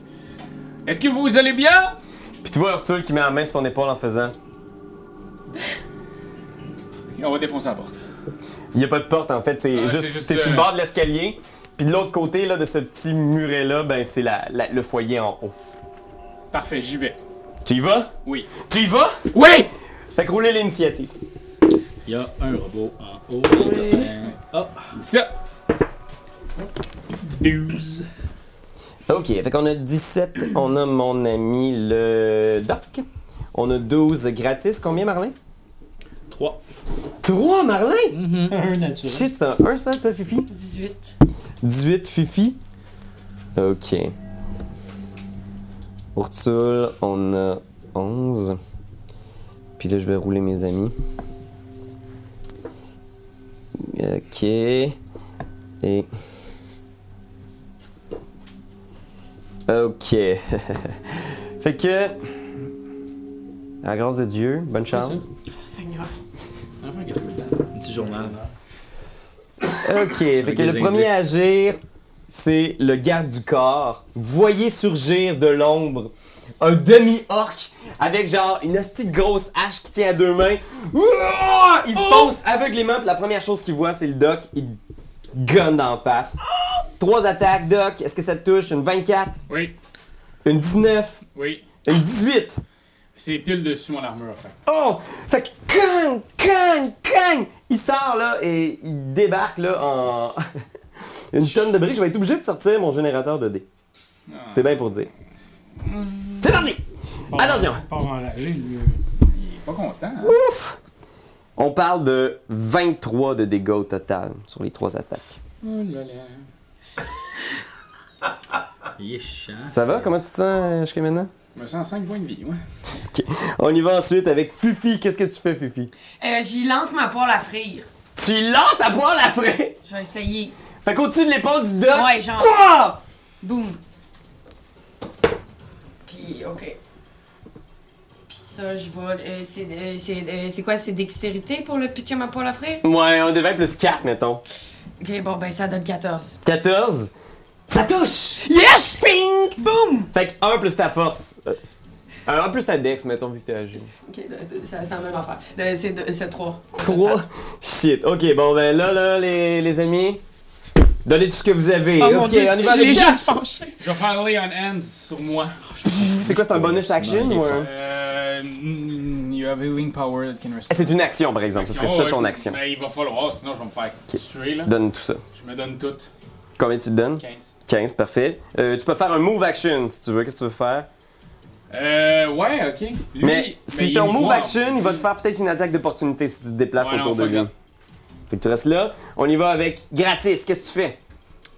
Speaker 5: Est-ce que vous allez bien?
Speaker 1: Puis tu vois Ursule qui met la main sur ton épaule en faisant
Speaker 5: Et on va défoncer la porte.
Speaker 1: Il n'y a pas de porte en fait, c'est
Speaker 5: Ah, c'est
Speaker 1: juste.
Speaker 5: juste,
Speaker 1: T'es sur le
Speaker 5: euh,
Speaker 1: bord de l'escalier, puis de l'autre côté là, de ce petit muret là, ben c'est la- la- le foyer en haut.
Speaker 5: Parfait, j'y vais.
Speaker 1: Tu y vas
Speaker 5: Oui.
Speaker 1: Tu y vas
Speaker 5: Oui!
Speaker 1: Fait que roulez l'initiative.
Speaker 2: Il y a un robot en haut. et un- Oh,
Speaker 5: Ça!
Speaker 2: 12.
Speaker 1: Ok, fait qu'on a 17, on a mon ami le Doc. On a 12 gratis. Combien, Marlin
Speaker 2: 3.
Speaker 1: 3, Marlin
Speaker 3: Un naturel.
Speaker 1: Shit, c'est un 1 ça, toi, Fifi
Speaker 6: 18.
Speaker 1: 18, Fifi. Ok. Ursule, on a 11. Puis là, je vais rouler mes amis. Ok. Et. Ok. fait que. À la grâce de Dieu, bonne chance.
Speaker 6: Seigneur.
Speaker 2: Un petit journal.
Speaker 1: Ok, fait que
Speaker 2: des
Speaker 1: le premier à
Speaker 2: indices.
Speaker 1: agir, c'est le garde du corps. Voyez surgir de l'ombre un demi-orc avec genre une hostie de grosse hache qui tient à deux mains. Ouah! Il fonce aveuglément, puis la première chose qu'il voit, c'est le doc. Il gun d'en face. Trois attaques, doc. Est-ce que ça te touche? Une 24,
Speaker 5: Oui,
Speaker 1: une 19,
Speaker 5: oui.
Speaker 1: une 18.
Speaker 5: C'est pile dessus mon armure, enfin.
Speaker 1: Oh! Fait que cang, cang, cang! Il sort là et il débarque là en. Une tonne de briques. Je vais être obligé de sortir mon générateur de dés. C'est bien pour dire. C'est parti! Attention!
Speaker 3: Pas enragé, lui.
Speaker 5: Il est pas content. hein?
Speaker 1: Ouf! On parle de 23 de dégâts au total sur les trois attaques.
Speaker 5: Oh là là.
Speaker 2: Il est chiant.
Speaker 1: Ça va? Comment tu te sens jusqu'à maintenant?
Speaker 5: Je me sens 5 points de vie, ouais.
Speaker 1: On y va ensuite avec Fufi. Qu'est-ce que tu fais, Fufi?
Speaker 6: Euh, J'y lance ma poêle à frire.
Speaker 1: Tu lances ta poêle à frais!
Speaker 6: Je vais essayer.
Speaker 1: Fait qu'au-dessus de l'épaule du doc.
Speaker 6: Ouais, genre.
Speaker 1: Quoi?
Speaker 6: Boum. Puis, ok. Puis ça, je vois. euh, c'est euh, c'est, euh, c'est quoi, c'est dextérité pour le pitcher ma poêle à frire?
Speaker 1: Ouais, on devait plus 4, mettons.
Speaker 6: Ok, bon, ben ça donne 14.
Speaker 1: 14. Ça touche! Yes! Ping! Boom! Fait que 1 plus ta force. 1 plus ta dex, mettons, vu que t'es âgé.
Speaker 6: Ok, de- de- ça- c'est la même affaire. De- c'est de- C'est 3.
Speaker 1: 3. Shit. Ok, bon, ben là, là, les, les amis. Donnez tout ce que vous avez.
Speaker 6: Oh
Speaker 1: ok,
Speaker 6: mon dieu,
Speaker 1: on y va
Speaker 6: j'ai
Speaker 1: avec
Speaker 6: les
Speaker 1: ça.
Speaker 6: juste fâché.
Speaker 5: Je vais faire Lay on Hands sur moi.
Speaker 1: C'est quoi, c'est un bonus action
Speaker 2: Non, il est
Speaker 1: ou un-
Speaker 5: Euh. mm, You have healing power that can
Speaker 1: Eh,
Speaker 5: restore.
Speaker 1: C'est une action, par exemple. Ce serait ça
Speaker 5: ouais,
Speaker 1: ton
Speaker 5: je-
Speaker 1: action.
Speaker 5: Ben, il va falloir, sinon je vais me faire tuer, là.
Speaker 1: Donne tout ça.
Speaker 5: Je me donne tout.
Speaker 1: Combien tu te donnes?
Speaker 5: 15.
Speaker 1: 15, parfait. Euh, tu peux faire un move action si tu veux. Qu'est-ce que tu veux faire?
Speaker 5: Euh. Ouais, ok. Lui, ben,
Speaker 1: mais si
Speaker 5: il
Speaker 1: ton
Speaker 5: me
Speaker 1: move
Speaker 5: voit.
Speaker 1: action, il va te faire peut-être une attaque d'opportunité si tu te déplaces
Speaker 5: Ouais, non,
Speaker 1: autour de
Speaker 5: fuck
Speaker 1: lui.
Speaker 5: that.
Speaker 1: Fait que tu restes là. On y va avec gratis. Qu'est-ce que tu fais?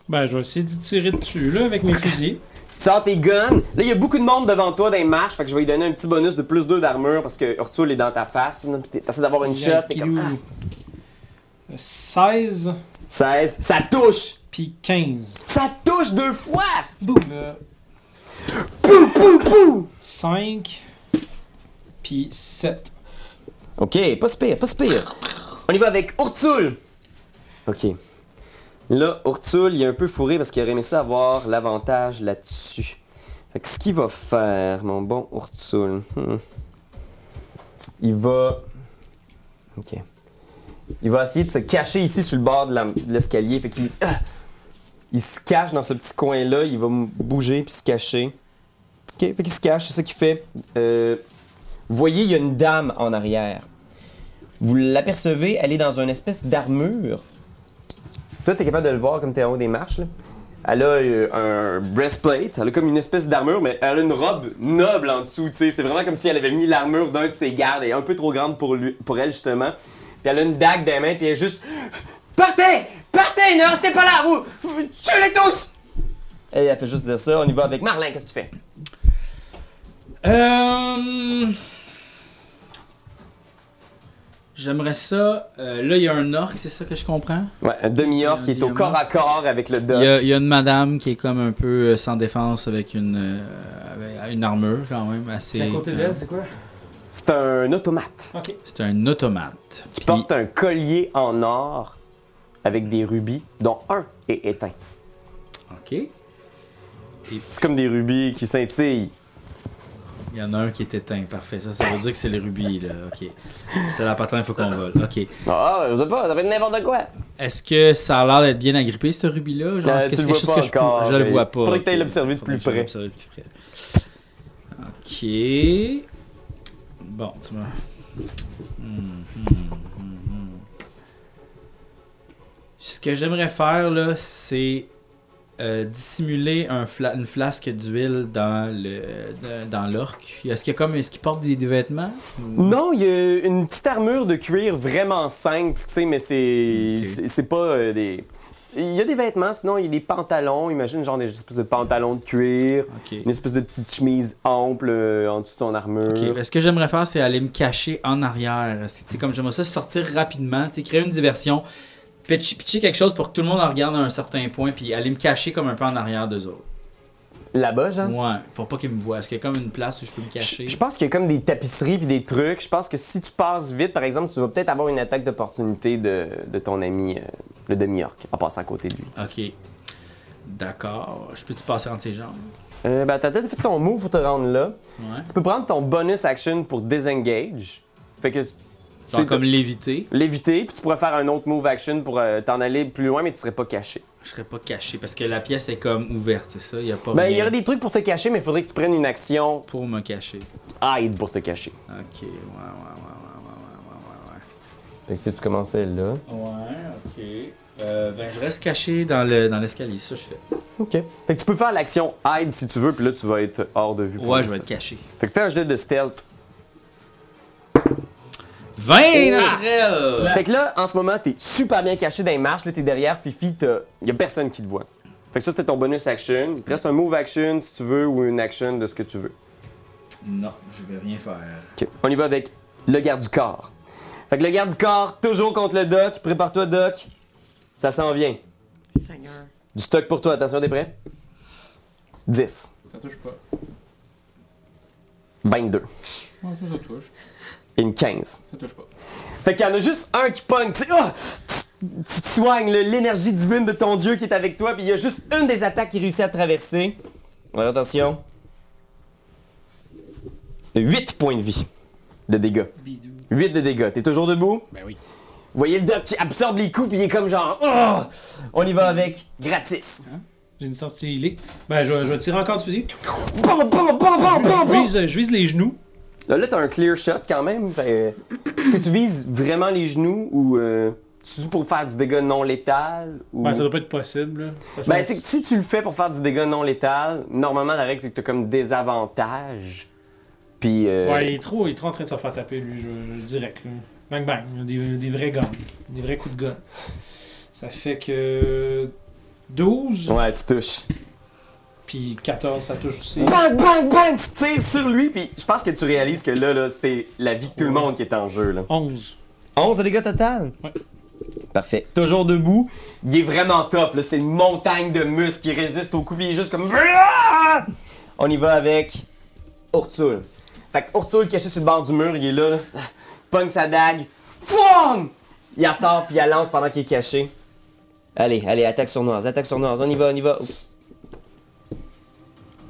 Speaker 3: Ben, je vais essayer d'y tirer dessus, là, avec mes fusils.
Speaker 1: Tu sors tes guns. Là, il y a beaucoup de monde devant toi dans les marches. Fait que je vais lui donner un petit bonus de plus 2 d'armure parce que Urtul est dans ta face. sinon, pis t'es- T'essaies d'avoir une shot. t'es comme, ah,
Speaker 3: Pilou. 16
Speaker 1: 16. Ça touche!
Speaker 3: puis 15.
Speaker 1: Ça touche deux fois!
Speaker 3: Là,
Speaker 1: Pou, pou, pou!
Speaker 3: 5 puis 7.
Speaker 1: Ok, pas si pire, pas si pire. On y va avec Urtul! Ok. Là, Urtul, il est un peu fourré parce qu'il aurait aimé ça avoir l'avantage là-dessus. Fait que ce qu'il va faire, mon bon Urtul, hmm. il va. Ok. Il va essayer de se cacher ici sur le bord de la- de l'escalier. Fait qu'il. Ah! Il se cache dans ce petit coin-là. Il va m- bouger puis se cacher. Ok, fait qu'il se cache. C'est ça qu'il fait. Euh, Voyez, il y a une dame en arrière. Vous l'apercevez, elle est dans une espèce d'armure. Toi, t'es capable de le voir comme t'es en haut des marches, là. Elle a euh, un breastplate, elle a comme une espèce d'armure, mais elle a une robe noble en dessous, tu sais. C'est vraiment comme si elle avait mis l'armure d'un de ses gardes, elle est un peu trop grande pour, lui, pour elle, justement. Puis elle a une dague dans les mains, puis elle est juste... Partez! Partez! Ne restez pas là, vous! Tuez-les tous! Et elle fait juste dire ça, on y va avec Marlin, qu'est-ce que tu fais?
Speaker 2: Euh... J'aimerais ça. euh, là, il y a un orc, c'est ça que je comprends?
Speaker 1: Ouais, un demi-orc qui est au corps à corps avec le
Speaker 2: Il
Speaker 1: doc.
Speaker 2: y, a, il y a une madame qui est comme un peu euh, sans défense avec une, euh, avec une armure quand même assez. euh,
Speaker 3: À côté d'elle, c'est quoi?
Speaker 1: C'est un automate.
Speaker 3: Ok.
Speaker 2: C'est un automate.
Speaker 1: qui
Speaker 2: Puis,
Speaker 1: porte un collier en or avec des rubis, dont un est éteint.
Speaker 2: Ok. Il
Speaker 1: C'est comme des rubis qui scintillent.
Speaker 2: y en a un qui est éteint, parfait. Ça, ça veut dire que c'est les rubis, là. Ok. C'est la patente, il faut qu'on vole. Ok.
Speaker 1: Ah, je sais pas, ça fait n'importe quoi.
Speaker 2: Est-ce que ça a l'air d'être bien agrippé, ce rubis-là? Genre,
Speaker 1: Euh,
Speaker 2: est-ce que
Speaker 1: tu
Speaker 2: c'est
Speaker 1: le
Speaker 2: quelque
Speaker 1: vois
Speaker 2: chose que je
Speaker 1: pas encore,
Speaker 2: peux... Je le
Speaker 1: mais
Speaker 2: vois pas.
Speaker 1: faudrait que t'ailles
Speaker 2: ok.
Speaker 1: l'observer de
Speaker 2: Faudrait
Speaker 1: plus
Speaker 2: que je
Speaker 1: près.
Speaker 2: l'observe de plus près. Ok. Bon, tu m'as... Hmm, hmm, hmm, hmm. Ce que j'aimerais faire, là, c'est euh, dissimuler un fla- une flasque d'huile dans le euh, dans l'orque. Est-ce qu'il y a comme... Est-ce qu'il porte des, des vêtements?
Speaker 1: Non, il y a une petite armure de cuir vraiment simple, tu sais, mais c'est
Speaker 2: Ok.
Speaker 1: c'est- c'est pas euh, des. Il y a des vêtements, sinon il y a des pantalons. Imagine genre des espèces de pantalons de cuir,
Speaker 2: Ok.
Speaker 1: une espèce de petite chemise ample euh, en dessous de ton armure.
Speaker 2: Ok, ben, ce que j'aimerais faire, c'est aller me cacher en arrière. Parce que, tu sais, comme j'aimerais ça sortir rapidement, tu sais, créer une diversion, pitch- pitcher, quelque chose pour que tout le monde en regarde à un certain point, puis aller me cacher comme un peu en arrière d'eux autres.
Speaker 1: Là-bas, genre.
Speaker 2: Ouais, pour pas qu'ils me voient. Est-ce qu'il y a comme une place où je peux me cacher?
Speaker 1: Je je pense qu'il y a comme des tapisseries puis des trucs. Je pense que si tu passes vite, par exemple, tu vas peut-être avoir une attaque d'opportunité de, de ton ami, euh, le demi-orc, en passant à côté de lui.
Speaker 2: Ok. D'accord. Je peux-tu passer entre ses jambes?
Speaker 1: Euh, ben, t'as peut-être fait ton move pour te rendre là.
Speaker 2: Ouais.
Speaker 1: Tu peux prendre ton bonus action pour disengage. Fait que
Speaker 2: Genre
Speaker 1: t'es-
Speaker 2: comme l'éviter.
Speaker 1: l'éviter, puis tu pourrais faire un autre move action pour euh, t'en aller plus loin, mais tu serais pas caché.
Speaker 2: Je serais pas caché parce que la pièce est comme ouverte, c'est ça? Il y a pas
Speaker 1: Ben, il y
Speaker 2: rien
Speaker 1: aurait des trucs pour te cacher, mais il faudrait que tu prennes une action
Speaker 2: pour me cacher.
Speaker 1: hide pour te cacher.
Speaker 2: Ok, ouais, ouais, ouais, ouais, ouais, ouais, ouais, ouais, ouais.
Speaker 1: Fait que tu sais, tu commençais là.
Speaker 2: Ouais, ok. Euh, ben, je reste caché dans le dans l'escalier, ça je fais.
Speaker 1: OK. Fait que tu peux faire l'action hide si tu veux, puis là, tu vas être hors de vue. pour
Speaker 2: Ouais, je vais
Speaker 1: l'instant.
Speaker 2: être caché.
Speaker 1: Fait que fais un jet de stealth.
Speaker 2: 20 naturels!
Speaker 1: Fait que là, en ce moment, t'es super bien caché dans les marches. Là, t'es derrière Fifi, t'as- y a personne qui te voit. Fait que ça, c'était ton bonus action. Il te reste un move action si tu veux ou une action de ce que tu veux.
Speaker 2: Non, je vais rien faire.
Speaker 1: OK. On y va avec le garde du corps. Fait que le garde du corps, toujours contre le doc. Prépare-toi, doc. Ça s'en vient.
Speaker 6: Seigneur.
Speaker 1: Du stock pour toi. Attention, t'es prêt? 10,
Speaker 5: Ça touche pas.
Speaker 1: 22
Speaker 5: Ouais, ça, ça touche.
Speaker 1: et une 15.
Speaker 5: Ça touche pas.
Speaker 1: Fait qu'il y en a juste un qui pogne. Tu, sais, Ah! Tu- tu te soignes là, l'énergie divine de ton dieu qui est avec toi, puis il y a juste une des attaques qui réussit à traverser. Alors, attention. 8 points de vie de dégâts. 8 de dégâts. T'es toujours debout?
Speaker 5: Ben oui.
Speaker 1: Vous voyez le doc qui absorbe les coups, puis il est comme genre. Ah! On y va avec gratis.
Speaker 3: J'ai une sortie illique. Ben, je, vais- je vais tirer encore du fusil.
Speaker 1: Bon, bon, bon, bon, bon,
Speaker 3: Je
Speaker 1: bon!
Speaker 3: vise, je vise euh, les genoux.
Speaker 1: Là, là, t'as un clear shot quand même. fait, euh, Est-ce que tu vises vraiment les genoux ou. euh, C'est pour faire du dégât non létal? Ou...
Speaker 3: Ben, ça doit pas être possible. là. Parce
Speaker 1: Ben,
Speaker 3: que-
Speaker 1: c'est que si tu le fais pour faire du dégât non létal, normalement, la règle, c'est que t'as comme des avantages. Puis. euh,
Speaker 3: Ouais, il est, trop, il est trop en train de se faire taper, lui, je, je- direct. là. euh, Bang bang, il a des, des vrais guns. Des vrais coups de gun. Ça fait que 12,
Speaker 1: ouais, tu touches.
Speaker 3: puis 14, ça touche aussi.
Speaker 1: Bang, bang, bang, tu tires sur lui, puis je pense que tu réalises que là, là c'est la vie de tout le monde qui est en jeu. Là.
Speaker 3: 11.
Speaker 1: 11 de dégâts total?
Speaker 3: Ouais.
Speaker 1: Parfait. Toujours debout. Il est vraiment top, là. C'est une montagne de muscles qui résiste au coup, puis il est juste comme. Ah! On y va avec. Urtul. Fait que Urtul, caché sur le bord du mur, il est là, là. Il Pogne sa dague. Fouang! Il en sort, puis il la lance pendant qu'il est caché. Allez, allez, attaque sournoise, attaque sournoise. On y va, on y va. Oups.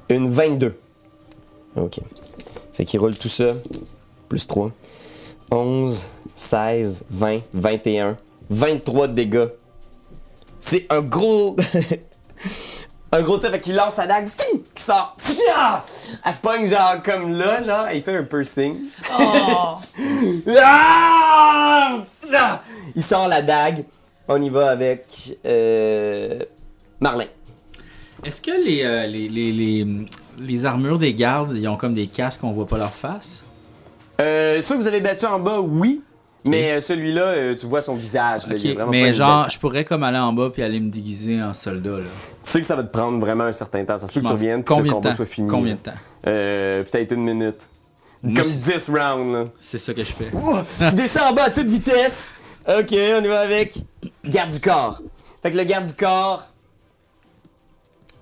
Speaker 1: Une 22. Ok. Fait qu'il roule tout ça. Plus 3. 11, 16, 20, 21, 23 de dégâts. C'est un gros. un gros tir, fait qu'il lance sa dague, fi, qui sort. Fi, ah! Elle se pogne genre comme là, là, et il fait un piercing.
Speaker 6: Oh!
Speaker 1: Ah! Ah! Il sort la dague. On y va avec. euh, Marlin.
Speaker 2: Est-ce que les, euh, les, les, les, les armures des gardes, ils ont comme des casques, on voit pas leur face?
Speaker 1: Euh, ceux que vous avez battu en bas, oui. Mais euh, celui-là, euh, tu vois son visage. là, il est
Speaker 2: Ok,
Speaker 1: vraiment pas
Speaker 2: mais
Speaker 1: une
Speaker 2: genre,
Speaker 1: belle
Speaker 2: je pourrais comme aller en bas puis aller me déguiser en soldat, là.
Speaker 1: Tu sais que ça va te prendre vraiment un certain temps. Ça se peut que
Speaker 2: Je
Speaker 1: tu
Speaker 2: m'en-
Speaker 1: reviennes, puis que le
Speaker 2: Combien de
Speaker 1: combat
Speaker 2: temps?
Speaker 1: soit fini.
Speaker 2: Combien de temps?
Speaker 1: Euh, peut-être une minute.
Speaker 2: Moi,
Speaker 1: Comme
Speaker 2: c'est-
Speaker 1: 10 rounds, là.
Speaker 2: C'est ça que je fais.
Speaker 1: Ouh, tu descends en bas à toute vitesse. Ok, on y va avec garde du corps. Fait que le garde du corps.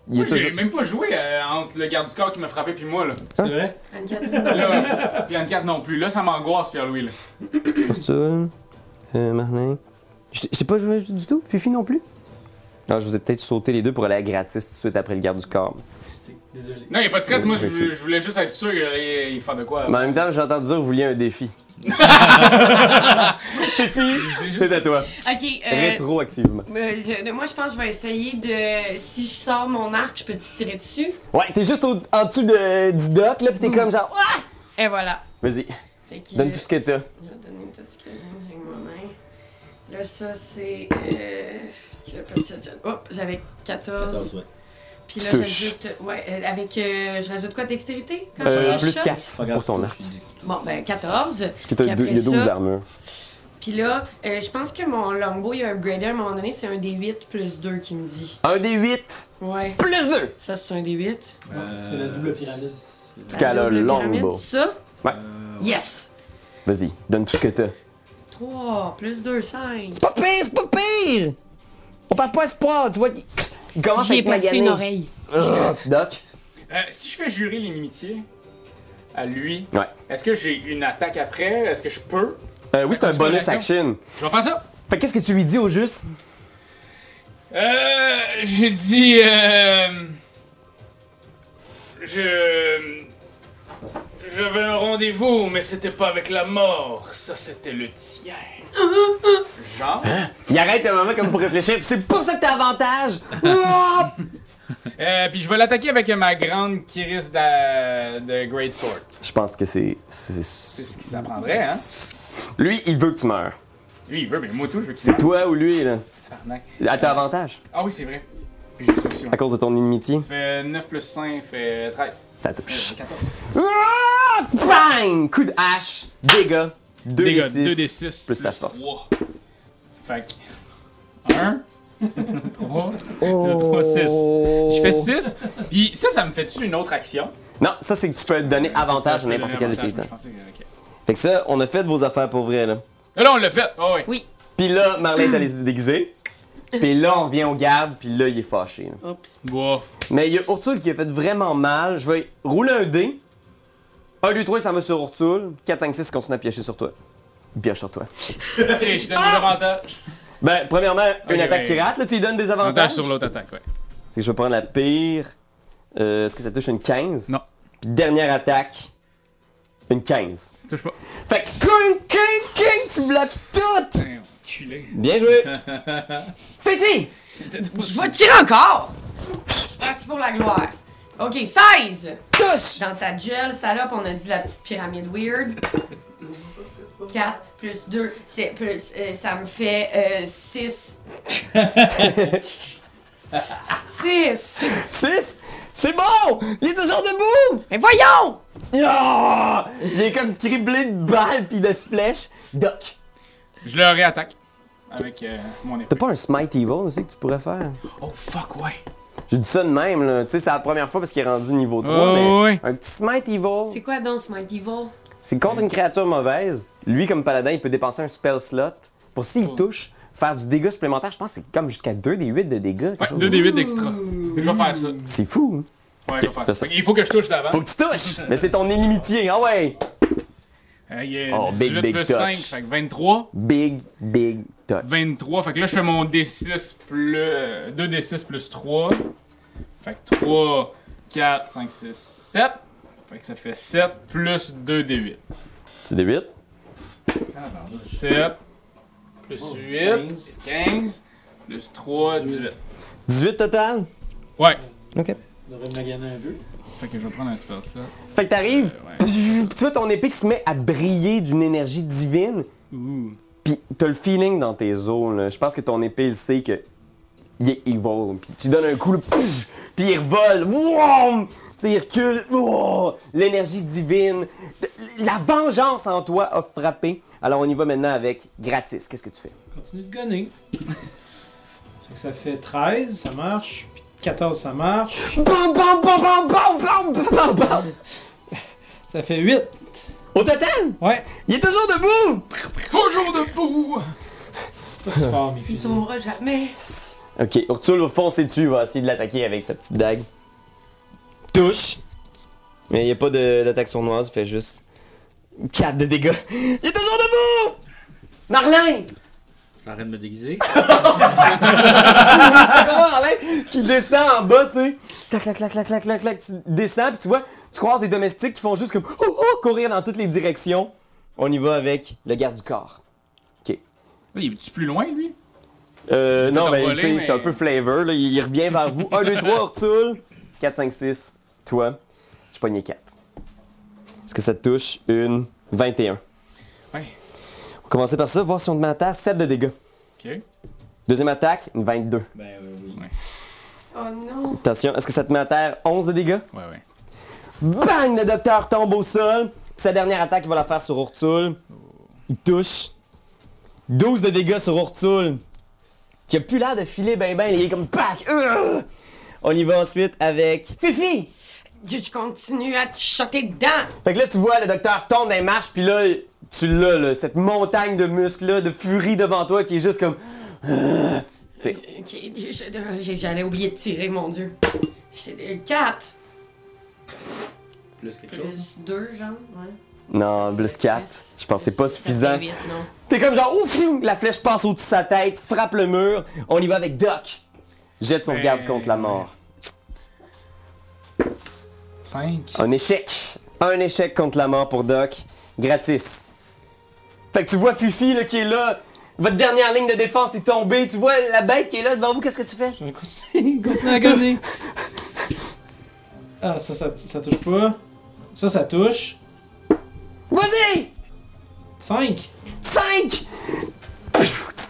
Speaker 1: Il
Speaker 5: Moi,
Speaker 1: est
Speaker 5: j'ai
Speaker 1: toujours-
Speaker 5: même pas joué euh, entre le garde du corps qui m'a frappé puis moi, là.
Speaker 3: C'est vrai?
Speaker 6: Anne-Catherine,
Speaker 5: là puis Anne-Carte non plus. Là, ça m'angoisse, Pierre-Louis, là.
Speaker 1: Arthur, euh, Marlin. Je je sais pas jouer du tout. Fifi non plus. Non, je vous ai peut-être sauté les deux pour aller à gratis tout de suite après le garde du corps.
Speaker 3: C'était- Désolé.
Speaker 5: Non, y a pas de stress, moi je,
Speaker 1: Ouais, c'est-
Speaker 5: je voulais juste être sûr qu'il allait y faire de quoi.
Speaker 1: Mais en même temps, j'ai entendu dire que vous vouliez un défi.
Speaker 5: J'ai juste-
Speaker 1: C'est à toi.
Speaker 6: Ok, euh,
Speaker 1: Rétroactivement.
Speaker 6: euh, je- moi je pense que je vais essayer de. Si je sors mon arc, je peux-tu tirer dessus?
Speaker 1: Ouais, t'es juste au- en dessous de- du doc, là, pis
Speaker 5: Hmm.
Speaker 1: t'es comme genre. Ah!
Speaker 6: Et voilà.
Speaker 1: Vas-y,
Speaker 6: Fait que, euh,
Speaker 1: donne euh, tout ce que t'as.
Speaker 6: Je vais donner tout ce que j'ai, j'ai mon main. Là, ça, c'est. Euh, tu as pas- tu as- tu as- oh, j'avais 14.
Speaker 7: ouais.
Speaker 6: Puis là,
Speaker 1: Tu touches.
Speaker 6: j'ajoute. Ouais, euh, avec. euh, je rajoute quoi, dextérité? Quand
Speaker 1: Euh,
Speaker 6: je
Speaker 1: plus
Speaker 6: shot?
Speaker 1: 4
Speaker 7: Pas grave,
Speaker 1: pour ton
Speaker 7: toi,
Speaker 1: arc.
Speaker 7: je te dis.
Speaker 6: Bon, ben 14.
Speaker 1: Parce que t'as
Speaker 6: Puis
Speaker 1: deux- il y a
Speaker 6: après
Speaker 1: 12
Speaker 6: ça-
Speaker 1: d'armure.
Speaker 6: Puis là, euh, je pense que mon longbow, il a upgradé à un moment donné, c'est un D8 plus 2 qui me dit.
Speaker 1: Un des 8
Speaker 6: Ouais,
Speaker 1: plus 2.
Speaker 6: ça, c'est un D8.
Speaker 2: Euh,
Speaker 3: C'est la double pyramide.
Speaker 1: Tu cales un
Speaker 6: double
Speaker 1: longbow.
Speaker 6: pyramide. Ça? Euh,
Speaker 1: Ouais.
Speaker 6: Yes!
Speaker 1: Vas-y, donne tout ce que t'as.
Speaker 6: 3 plus 2, 5.
Speaker 1: C'est pas pire, c'est pas pire! On parle pas espoir, tu vois. qu'il- Il commence à
Speaker 6: J'ai
Speaker 1: être
Speaker 6: placé
Speaker 1: magané.
Speaker 6: une oreille.
Speaker 1: Ah, Doc,
Speaker 5: Euh, si je fais jurer l'inimitié à lui,
Speaker 1: Ouais.
Speaker 5: est-ce que j'ai une attaque après Est-ce que je peux
Speaker 1: Euh, oui, c'est un
Speaker 5: Continue
Speaker 1: bonus
Speaker 5: l'action.
Speaker 1: action.
Speaker 5: Je vais faire ça.
Speaker 1: Fait qu'est-ce que tu lui dis au juste?
Speaker 5: Euh, j'ai dit. Euh, je. J'avais un rendez-vous, mais c'était pas avec la mort. Ça, c'était le tien. Genre.
Speaker 1: Il arrête un moment comme pour réfléchir, pis c'est pour ça que t'as avantage! Ah!
Speaker 5: Euh, puis je vais l'attaquer avec ma grande Kiris de, de Great Sword.
Speaker 1: Je pense que c'est.
Speaker 5: C'est
Speaker 1: c'est-
Speaker 5: ce qui s'apprendrait, hein.
Speaker 1: Lui, il veut que tu meurs.
Speaker 5: Lui, il veut, mais moi tout, je veux qu'il
Speaker 1: C'est toi ou lui, là?
Speaker 5: Tabarnak.
Speaker 1: À ton avantage,
Speaker 5: Ah oui, c'est vrai. Puis j'ai ça aussi. ouais.
Speaker 1: à cause de ton inimitié,
Speaker 5: Ça fait 9 plus 5, fait 13.
Speaker 1: ça
Speaker 5: Euh,
Speaker 1: touche.
Speaker 5: 14.
Speaker 1: Ah! Bang! Coup de hache, dégâts, 2
Speaker 5: Dégâts,
Speaker 1: d
Speaker 5: 2 des 6.
Speaker 1: plus ta force.
Speaker 5: Fait que. 1, 3, 2, 3, 6. Je fais 6, puis ça, ça me fait-tu une autre action?
Speaker 1: Non, ça c'est que tu peux donner
Speaker 5: Euh,
Speaker 1: avantage
Speaker 5: c'est
Speaker 1: à
Speaker 5: ça, je peux
Speaker 1: n'importe
Speaker 5: donner
Speaker 1: quel de tes
Speaker 5: avantage,
Speaker 1: temps.
Speaker 5: mais je pensais que- ok.
Speaker 1: Fait que ça, on a fait vos affaires pour vrai, là.
Speaker 5: Là, on l'a fait. Oh, oui.
Speaker 6: Oui.
Speaker 1: Puis là, Marlène est allée se déguiser. Puis là, on revient au garde, puis là, il est fâché. là.
Speaker 6: Oups.
Speaker 5: Bof.
Speaker 1: Mais il y a Urtul qui a fait vraiment mal. Je vais rouler un dé. 1, 2, 3, ça va sur Urtul. 4, 5, 6, continue à piocher sur toi. Il pioche sur toi.
Speaker 5: Ok, je donne des avantages.
Speaker 1: Ben, premièrement, une
Speaker 5: Ok,
Speaker 1: attaque
Speaker 5: ben,
Speaker 1: qui rate, là, tu lui donnes des
Speaker 5: Avantage
Speaker 1: avantages.
Speaker 5: sur l'autre attaque, ouais.
Speaker 1: Fait que je vais prendre la pire. Euh, Est-ce que ça touche une 15?
Speaker 5: Non.
Speaker 1: Puis dernière attaque, une 15.
Speaker 5: Touche pas.
Speaker 1: Fait que, king, king, king, tu bloques tout!
Speaker 5: Putain, enculé.
Speaker 1: Bien joué! Fifi!
Speaker 6: Je vais tirer encore! Je suis parti pour la gloire. Ok, 16!
Speaker 1: Touche!
Speaker 6: Dans ta gueule, salope, on a dit la petite pyramide weird. 4 plus 2, c'est plus, euh, ça me fait euh, 6. 6!
Speaker 1: 6! C'est bon! Il est toujours debout!
Speaker 6: Mais voyons!
Speaker 1: Ah! Il est comme criblé de balles pis de flèches. Doc!
Speaker 5: Je le réattaque. Avec euh, mon épée.
Speaker 1: T'as pas un smite evil aussi que tu pourrais faire?
Speaker 5: Oh fuck, ouais.
Speaker 1: Je dis ça de même, là. Tu sais, c'est la première fois parce qu'il est rendu niveau 3,
Speaker 5: Oh,
Speaker 1: mais.
Speaker 5: ouais.
Speaker 1: Un petit smite
Speaker 6: C'est
Speaker 1: evil,
Speaker 6: quoi donc ce Mighty Evil?
Speaker 1: c'est contre une créature mauvaise. Lui, comme paladin, il peut dépenser un spell slot pour s'il
Speaker 5: Oh.
Speaker 1: touche, faire du dégât supplémentaire. Je pense que c'est comme jusqu'à 2 des 8 de dégâts. quelque
Speaker 5: Ouais,
Speaker 1: chose
Speaker 5: 2
Speaker 1: de-
Speaker 5: d 8 d'extra. Fait que Je vais faire ça. Ouais,
Speaker 1: C'est fou. hein?
Speaker 5: je vais faire
Speaker 1: fais
Speaker 5: ça.
Speaker 1: ça.
Speaker 5: Fait que Il faut que je touche d'avant.
Speaker 1: Faut que tu touches! mais c'est ton inimitié, ah ouais!
Speaker 5: Euh, il y a
Speaker 1: Oh, big,
Speaker 5: 18
Speaker 1: big
Speaker 5: plus
Speaker 1: touch.
Speaker 5: 5, fait que 23.
Speaker 1: Big, big touch.
Speaker 5: 23, fait que là je fais mon D6 plus. euh, 2D6 plus 3. Fait que 3, 4, 5, 6, 7. Fait que ça fait 7 plus 2D8.
Speaker 1: C'est des 8?
Speaker 5: 7 plus 8,
Speaker 3: 15.
Speaker 5: 15 plus 3, 18.
Speaker 1: 18 total?
Speaker 5: Ouais.
Speaker 3: On aurait magané un peu.
Speaker 5: Fait que je vais prendre un spell slot.
Speaker 1: Fait que t'arrives,
Speaker 5: Euh,
Speaker 1: tu vois ton épique se met à briller d'une énergie divine,
Speaker 5: ouais. Ouh.
Speaker 1: puis t'as le feeling dans tes os, là. Je pense que ton épée, il sait que il est evil, puis tu donnes un coup, là, pfff, puis il revole, Wouam! tu sais, il recule, Wouah! l'énergie divine, la vengeance en toi a frappé. Alors on y va maintenant avec gratis, qu'est-ce que tu fais?
Speaker 3: Continue de gonner. Fait que ça fait 13, ça marche. Puis 14, ça marche.
Speaker 1: Bam, bam, bam, bam, bam, bam, bam, bam, bam!
Speaker 3: Ça fait 8.
Speaker 1: Au total,
Speaker 3: Ouais.
Speaker 1: il est toujours debout!
Speaker 5: Toujours debout!
Speaker 3: Pas si fort, mes
Speaker 6: Il
Speaker 3: fusils.
Speaker 6: tombera jamais.
Speaker 1: Ok, Urtul va foncer dessus, il va essayer de l'attaquer avec sa petite dague. Touche. Mais il n'y a pas de- d'attaque sournoise, il fait juste 4 de dégâts. Il est toujours debout! Marlin!
Speaker 2: J'arrête de me déguiser.
Speaker 1: Connor en l'air qui descend en bas, tu sais. Clac, clac, clac, clac, clac, clac, clac. Tu descends, puis tu vois, tu croises des domestiques qui font juste comme oh, oh, courir dans toutes les directions. On y va avec le garde du corps.
Speaker 5: Il est-tu plus loin, lui?
Speaker 1: Euh, non,
Speaker 5: comme
Speaker 1: ben,
Speaker 5: voler,
Speaker 1: tu sais,
Speaker 5: mais-
Speaker 1: c'est un peu flavor, là. Il revient vers vous. 1, 2, 3, Ortul. 4, 5, 6. Toi, je pogné 4. Est-ce que ça te touche? Une, 21.
Speaker 5: Ouais.
Speaker 1: On va commencer par ça, voir si on te met à terre. 7 de dégâts.
Speaker 5: Ok.
Speaker 1: Deuxième attaque, une 22.
Speaker 2: Ben euh, oui.
Speaker 6: Oh non.
Speaker 1: Attention, est-ce que ça te met à terre? 11 de dégâts.
Speaker 5: Ouais, ouais.
Speaker 1: Bang! Le docteur tombe au sol. Puis sa dernière attaque, il va la faire sur Urtul. Il touche. 12 de dégâts sur Urtul. Qui a plus l'air de filer ben ben. Il est comme pack. Euh! On y va ensuite avec Fifi!
Speaker 6: Je je continue à te choter dedans.
Speaker 1: Fait que là, tu vois, le docteur tombe dans les marches, puis là, tu l'as, là, cette montagne de muscles-là, de furie devant toi qui est juste comme.
Speaker 6: Ok, je- euh, j'ai- j'allais oublier de tirer, mon dieu. 4
Speaker 2: Plus quelque chose.
Speaker 6: plus 2, genre, ouais.
Speaker 1: Non,
Speaker 6: Ça
Speaker 1: plus
Speaker 6: fait
Speaker 1: 4.
Speaker 6: six,
Speaker 1: Je pense que c'est
Speaker 6: plus-
Speaker 1: pas
Speaker 6: ça fait
Speaker 1: suffisant.
Speaker 6: huit, non.
Speaker 1: T'es comme genre, ouf, fiou, la flèche passe au-dessus de sa tête, frappe le mur. On y va avec Doc. Jette son
Speaker 5: Ben-
Speaker 1: garde contre la mort.
Speaker 5: 5.
Speaker 1: Un échec. Un échec contre la mort pour Doc. Gratis. Fait que tu vois Fifi là, qui est là. Votre dernière ligne de défense est tombée. Tu vois la bête qui est là devant vous. Qu'est-ce que tu fais?
Speaker 3: Je vais continuer continuer à gagner. Ah, ça, ça, ça touche pas. Ça, ça touche.
Speaker 1: Vas-y!
Speaker 3: 5.
Speaker 1: 5! Tu tires,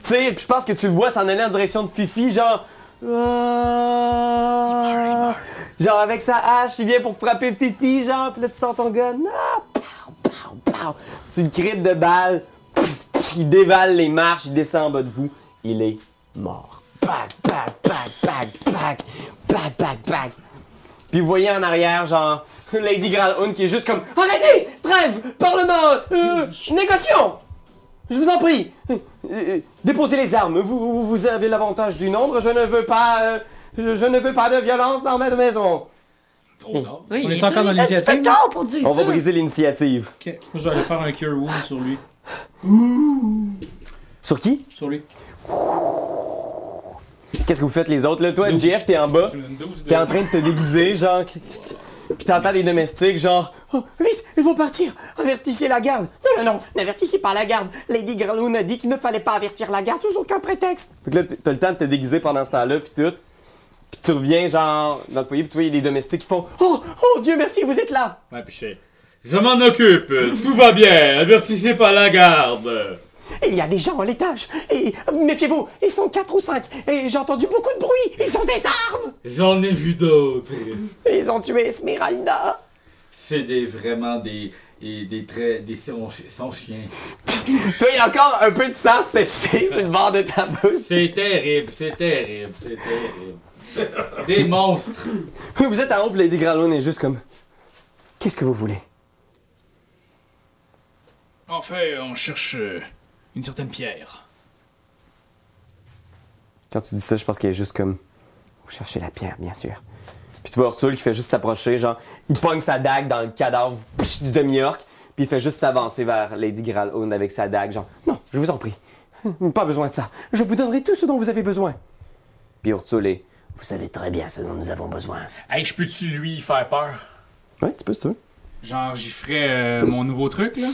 Speaker 1: puis je pense que tu le vois s'en aller en direction de Fifi, genre. Ah. Genre avec sa hache, il vient pour frapper Fifi, genre, puis là tu sens ton gun. Ah! Pow, pow, pow. Tu le crites de balle, Pff, pff, il dévale les marches, il descend en bas de vous, il est mort. Pac, pac, pac, pac, pac, pac, pac, pac. Puis vous voyez en arrière, genre, Lady Gralhoun qui est juste comme Arrêtez! Trêve! Parlement! Euh, négocions! Je vous en prie! Euh, euh, déposez les armes! Vous, vous, vous avez l'avantage du nombre, je ne veux pas. euh, je, je ne veux pas de violence dans ma maison!
Speaker 5: Trop tard.
Speaker 6: Oui,
Speaker 3: On est
Speaker 6: il
Speaker 3: encore
Speaker 6: il
Speaker 3: dans
Speaker 6: un petit
Speaker 3: l'initiative,
Speaker 6: peu tard pour dire
Speaker 1: On
Speaker 6: ça.
Speaker 1: va briser l'initiative.
Speaker 3: Ok. Moi, je vais aller faire un Cure Wound sur lui.
Speaker 1: Sur qui?
Speaker 3: Sur lui.
Speaker 1: Qu'est-ce que vous faites les autres? Là, toi,
Speaker 3: Nous.
Speaker 1: Jeff, t'es en bas.
Speaker 5: Tu me donnes 12 de.
Speaker 1: T'es en train de te déguiser, genre. clic, clic, clic. Puis t'entends des domestiques, genre. Oh, vite, il faut partir! Avertissez la garde! Non, non, non, n'avertissez pas la garde! Lady Gralhoun a dit qu'il ne fallait pas avertir la garde sous aucun prétexte! Fait que là, t- t'as le temps de te déguiser pendant ce temps-là, puis tout. Puis tu reviens, genre, dans le foyer, puis tu vois, il y a des domestiques qui font Oh, oh, Dieu merci, vous êtes là!
Speaker 2: Ouais, puis je fais. Je m'en occupe, tout va bien, avertissez pas la garde.
Speaker 1: Il y a des gens à l'étage! Et méfiez-vous, ils sont quatre ou cinq! Et j'ai entendu beaucoup de bruit! Ils ont des armes!
Speaker 2: J'en ai vu d'autres.
Speaker 1: Ils ont tué Esmeralda!
Speaker 2: C'est des, vraiment des, des, des traits, des son, son chien.
Speaker 1: Toi, il y a encore un peu de sang séché sur le bord de ta bouche!
Speaker 2: C'est terrible, c'est terrible, c'est terrible. Des monstres.
Speaker 1: Oui, vous êtes en haut, puis Lady Gralhoun est juste comme. Qu'est-ce que vous voulez?
Speaker 5: En fait, on cherche euh, une certaine pierre.
Speaker 1: Quand tu dis ça, je pense qu'elle est juste comme. Vous cherchez la pierre, bien sûr. Puis tu vois Ursule qui fait juste s'approcher, genre, il pogne sa dague dans le cadavre psh, du demi-orc, puis il fait juste s'avancer vers Lady Gralhoun avec sa dague, genre, non, je vous en prie, Hum, pas besoin de ça, je vous donnerai tout ce dont vous avez besoin. Puis Ursule est. Vous savez très bien ce dont nous avons besoin.
Speaker 5: Hey, je peux-tu lui faire peur?
Speaker 1: Ouais, tu peux, ça.
Speaker 5: Genre, j'y ferais euh, mon nouveau truc, là.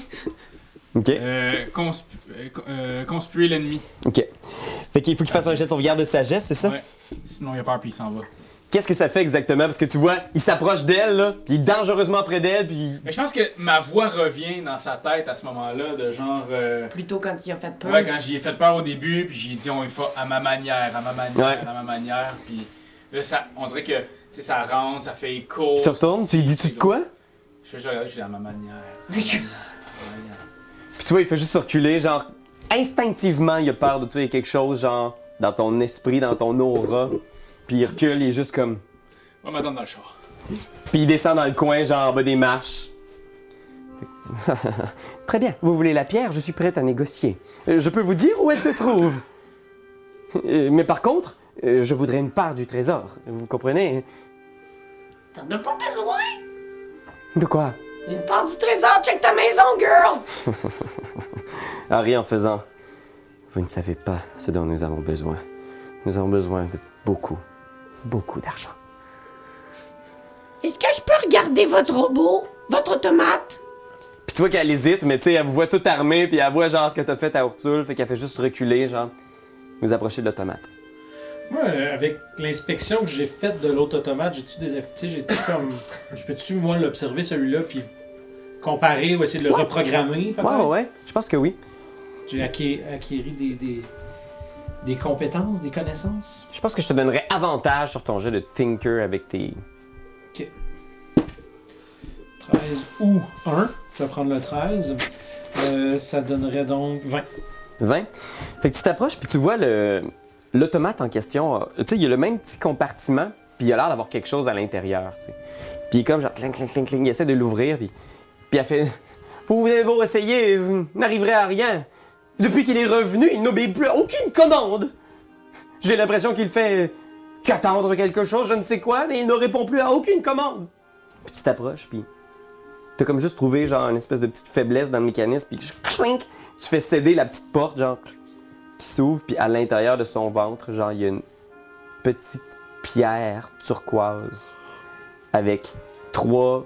Speaker 1: Ok.
Speaker 5: Euh, consp- euh, co- euh, conspuer l'ennemi.
Speaker 1: Ok. Fait qu'il faut qu'il fasse un jet de sauvegarde de sagesse, c'est ça?
Speaker 5: Ouais. Sinon, il a peur puis il s'en va.
Speaker 1: Qu'est-ce que ça fait exactement? Parce que tu vois, il s'approche d'elle, là, puis il est dangereusement près d'elle, puis il-
Speaker 5: Mais je pense que ma voix revient dans sa tête à ce moment-là, de genre. euh,
Speaker 6: Plutôt quand il a fait peur.
Speaker 5: Ouais, quand j'y ai fait peur au début, puis j'ai dit on y va à ma manière, à ma manière,
Speaker 1: Ouais.
Speaker 5: à ma manière, puis là, ça, on dirait que tu sais, ça rentre, ça fait écho.
Speaker 1: Il se retourne,
Speaker 5: c'est-
Speaker 1: tu lui dis-tu
Speaker 5: c'est
Speaker 1: de quoi?
Speaker 5: Je fais juste regarder, je suis à ma manière.
Speaker 1: Puis tu vois, il fait juste circuler, genre, instinctivement, il a peur de toi, il y a quelque chose, genre, dans ton esprit, dans ton aura. Puis il recule, il est juste comme.
Speaker 5: On va m'attendre dans le char.
Speaker 1: Puis il descend dans le coin, genre, en bas des marches. Très bien, vous voulez la pierre, je suis prête à négocier. Euh, Je peux vous dire où elle se trouve. Euh, Mais par contre, euh, je voudrais une part du trésor, vous comprenez? hein?
Speaker 6: T'en as pas besoin.
Speaker 1: De quoi?
Speaker 6: Une part du trésor, check ta maison, girl.
Speaker 1: Harry en faisant.
Speaker 4: Vous ne savez pas ce dont nous avons besoin. Nous avons besoin de beaucoup, beaucoup d'argent.
Speaker 7: Est-ce que je peux regarder votre robot? Votre automate?
Speaker 1: Puis tu vois qu'elle hésite, mais tu sais, elle vous voit toute armée, puis elle voit genre ce que t'as fait à Ursule, fait qu'elle fait juste reculer, genre, vous approchez de l'automate.
Speaker 3: Moi, euh, avec l'inspection que j'ai faite de l'autre automate, j'ai-tu des. aff- Tu sais, j'étais comme. Je peux-tu, moi, l'observer celui-là, puis comparer ou essayer de le reprogrammer? peut-être?
Speaker 1: Ouais, ouais, ouais, je pense que oui.
Speaker 3: J'ai acquis, acquéri des, des, des compétences, des connaissances.
Speaker 1: Je pense que je te donnerais avantage sur ton jeu de Tinker avec tes.
Speaker 3: 13 ou 1. Je vais prendre le 13. Euh, ça donnerait donc 20.
Speaker 1: 20. Fait que tu t'approches, puis tu vois le l'automate en question. euh, Tu sais, il y a le même petit compartiment, puis il a l'air d'avoir quelque chose à l'intérieur, tu sais. Puis il est comme genre clink, clink, clink, clink, il essaie de l'ouvrir, puis, puis elle fait Vous avez beau essayer, vous n'arriverez à rien. Depuis qu'il est revenu, il n'obéit plus à aucune commande. J'ai l'impression qu'il fait qu'attendre quelque chose, je ne sais quoi, mais il ne répond plus à aucune commande. Puis tu t'approches, puis t'as comme juste trouvé genre une espèce de petite faiblesse dans le mécanisme, puis clink, tu fais céder la petite porte, genre, qui s'ouvre, puis à l'intérieur de son ventre, genre, il y a une petite pierre turquoise avec trois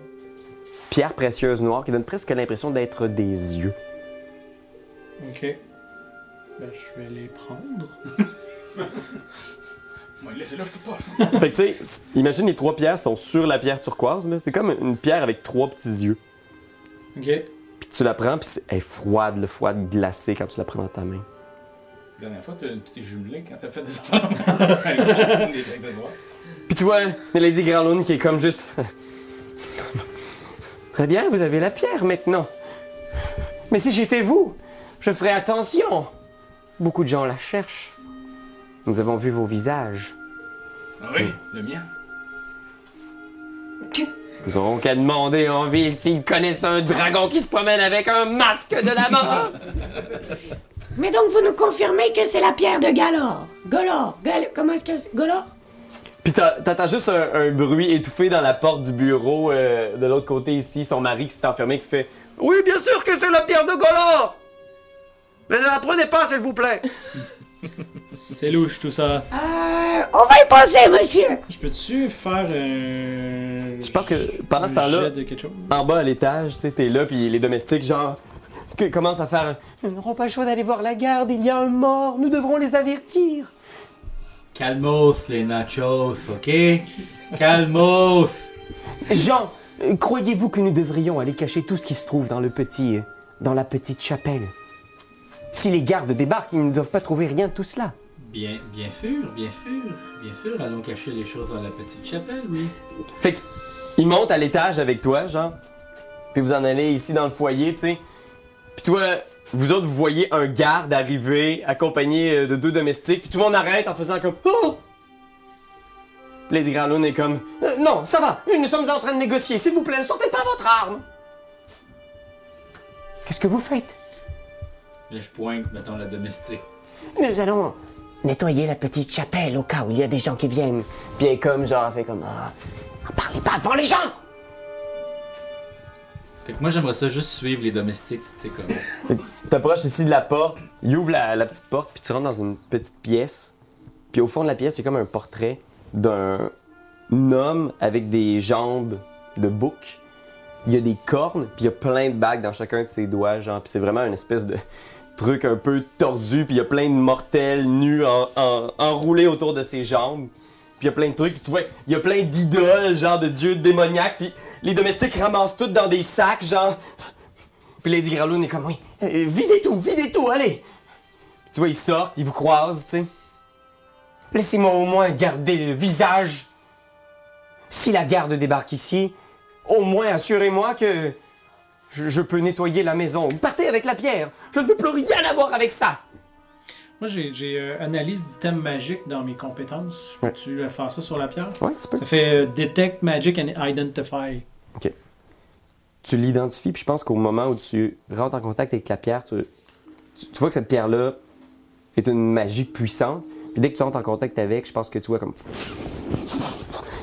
Speaker 1: pierres précieuses noires qui donnent presque l'impression d'être des yeux.
Speaker 3: Ok. Ben, je vais les prendre.
Speaker 5: Moi, laissez-le, je peux pas.
Speaker 1: fait que, tu sais, s- imagine les trois pierres sont sur la pierre turquoise, là. C'est comme une pierre avec trois petits yeux.
Speaker 3: Ok.
Speaker 1: Puis tu la prends, puis c'est- elle est froide, le froide glacée quand tu la prends dans ta main.
Speaker 5: La dernière fois, t'as- tu t'es jumelé quand t'as fait des enfants. Avec des accessoires.
Speaker 1: Puis tu vois Lady Grandlune qui est comme juste. Très bien, vous avez la pierre maintenant. Mais si j'étais vous, je ferais attention. Beaucoup de gens la cherchent. Nous avons vu vos visages.
Speaker 5: Ah oui, le mien.
Speaker 1: Nous aurons qu'à demander en ville s'ils connaissent un dragon qui se promène avec un masque de la mort.
Speaker 7: Mais donc, vous nous confirmez que c'est la pierre de Galor. Golor. Gal- Comment est-ce que c'est? Golor?
Speaker 1: Puis t'as- t'entends juste un, un bruit étouffé dans la porte du bureau euh, de l'autre côté ici, son mari qui s'est enfermé qui fait Oui, bien sûr que c'est la pierre de Golor Mais ne la prenez pas, s'il vous plaît
Speaker 3: C'est louche tout ça.
Speaker 7: Euh, on va y penser, monsieur.
Speaker 3: Je peux-tu faire un.
Speaker 1: Je pense que pendant ce
Speaker 3: un
Speaker 1: temps-là-
Speaker 3: jet de quelque chose?
Speaker 1: en bas à l'étage, tu sais, t'es là, puis les domestiques, genre, que- commencent à faire Nous n'aurons pas le choix d'aller voir la garde, il y a un mort, nous devrons les avertir.
Speaker 2: Calmos, les nachos, ok? Calmos!
Speaker 1: Jean, euh, croyez-vous que nous devrions aller cacher tout ce qui se trouve dans le petit. euh, dans la petite chapelle Si les gardes débarquent, ils ne doivent pas trouver rien de tout cela.
Speaker 2: Bien, bien sûr, bien sûr, bien sûr, allons cacher les choses dans la petite chapelle, oui.
Speaker 1: Fait qu'il monte à l'étage avec toi, genre. Puis vous en allez ici dans le foyer, tu sais. Puis toi, vous autres, vous voyez un garde arriver, accompagné euh, de deux domestiques. Puis tout le monde arrête en faisant comme Oh! Puis Lady Grandlune est comme Euh, Non, ça va, nous sommes en train de négocier, s'il vous plaît, ne sortez pas votre arme! Qu'est-ce que vous faites?
Speaker 2: Là, je pointe, mettons, la domestique.
Speaker 4: Nous allons nettoyer la petite chapelle au cas où il y a des gens qui viennent.
Speaker 1: Puis elle est comme, genre, elle fait comme Ah.
Speaker 4: En parlez pas devant les gens!
Speaker 2: Fait que moi, j'aimerais ça juste suivre les domestiques, tu sais, comme.
Speaker 1: Fait que tu t'approches ici de la porte, il ouvre la, la petite porte, puis tu rentres dans une petite pièce. Puis au fond de la pièce, il y a comme un portrait d'un homme avec des jambes de bouc. Il y a des cornes, puis il y a plein de bagues dans chacun de ses doigts, genre. Puis c'est vraiment une espèce de truc un peu tordu, puis il y a plein de mortels nus en- en- enroulés autour de ses jambes. Puis il y a plein de trucs, puis tu vois, il y a plein d'idoles, genre de dieux démoniaques, puis les domestiques ramassent tout dans des sacs, genre. Puis Lady Graloune est comme, oui, euh, videz tout, videz tout, allez! Tu vois, ils sortent, ils vous croisent, tu sais. Laissez-moi au moins garder le visage. Si la garde débarque ici, au moins assurez-moi que je, je peux nettoyer la maison. Partez avec la pierre, je ne veux plus rien avoir avec ça!
Speaker 3: Moi, j'ai, j'ai euh, analyse d'items magiques dans mes compétences. Je Peux-tu euh, faire ça sur la pierre?
Speaker 1: Ouais, tu peux.
Speaker 3: Ça fait euh, Detect Magic and Identify.
Speaker 1: tu l'identifies, puis je pense qu'au moment où tu rentres en contact avec la pierre, tu, tu- tu vois que cette pierre-là est une magie puissante. Puis dès que tu rentres en contact avec, je pense que tu vois comme.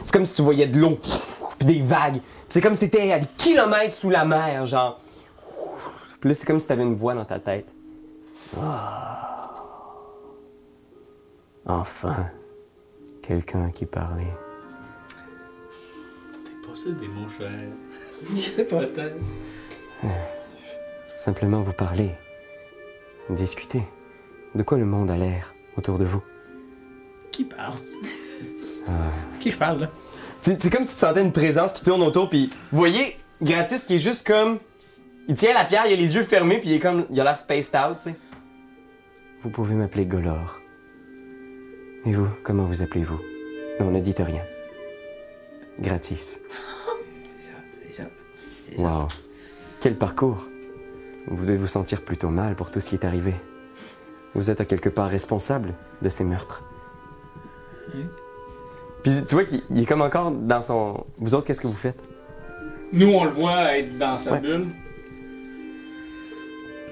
Speaker 1: C'est comme si tu voyais de l'eau, puis des vagues. Puis c'est comme si t'étais à des kilomètres sous la mer, genre. Puis là, c'est comme si t'avais une voix dans ta tête. Ah,
Speaker 4: Enfin, quelqu'un à qui parler.
Speaker 2: C'est pas ça des mots chers.
Speaker 3: sais pas.
Speaker 2: Peut-être.
Speaker 4: Simplement vous parler. Discuter. De quoi le monde a l'air autour de vous
Speaker 3: Qui parle
Speaker 1: Ah.
Speaker 3: Qui parle, là
Speaker 1: C'est c'est comme si tu sentais une présence qui tourne autour, puis vous voyez Gratis qui est juste comme. Il tient la pierre, il a les yeux fermés, puis il est comme. Il a l'air spaced out, tu sais.
Speaker 4: Vous pouvez m'appeler Golor. Et vous, comment vous appelez-vous Non, ne dites rien. Gratis. Wow. Quel parcours Vous devez vous sentir plutôt mal pour tout ce qui est arrivé. Vous êtes à quelque part responsable de ces meurtres.
Speaker 1: Puis tu vois qu'il il est comme encore dans son. Vous autres, qu'est-ce que vous faites
Speaker 5: Nous, on le voit être dans sa
Speaker 1: Ouais.
Speaker 5: bulle.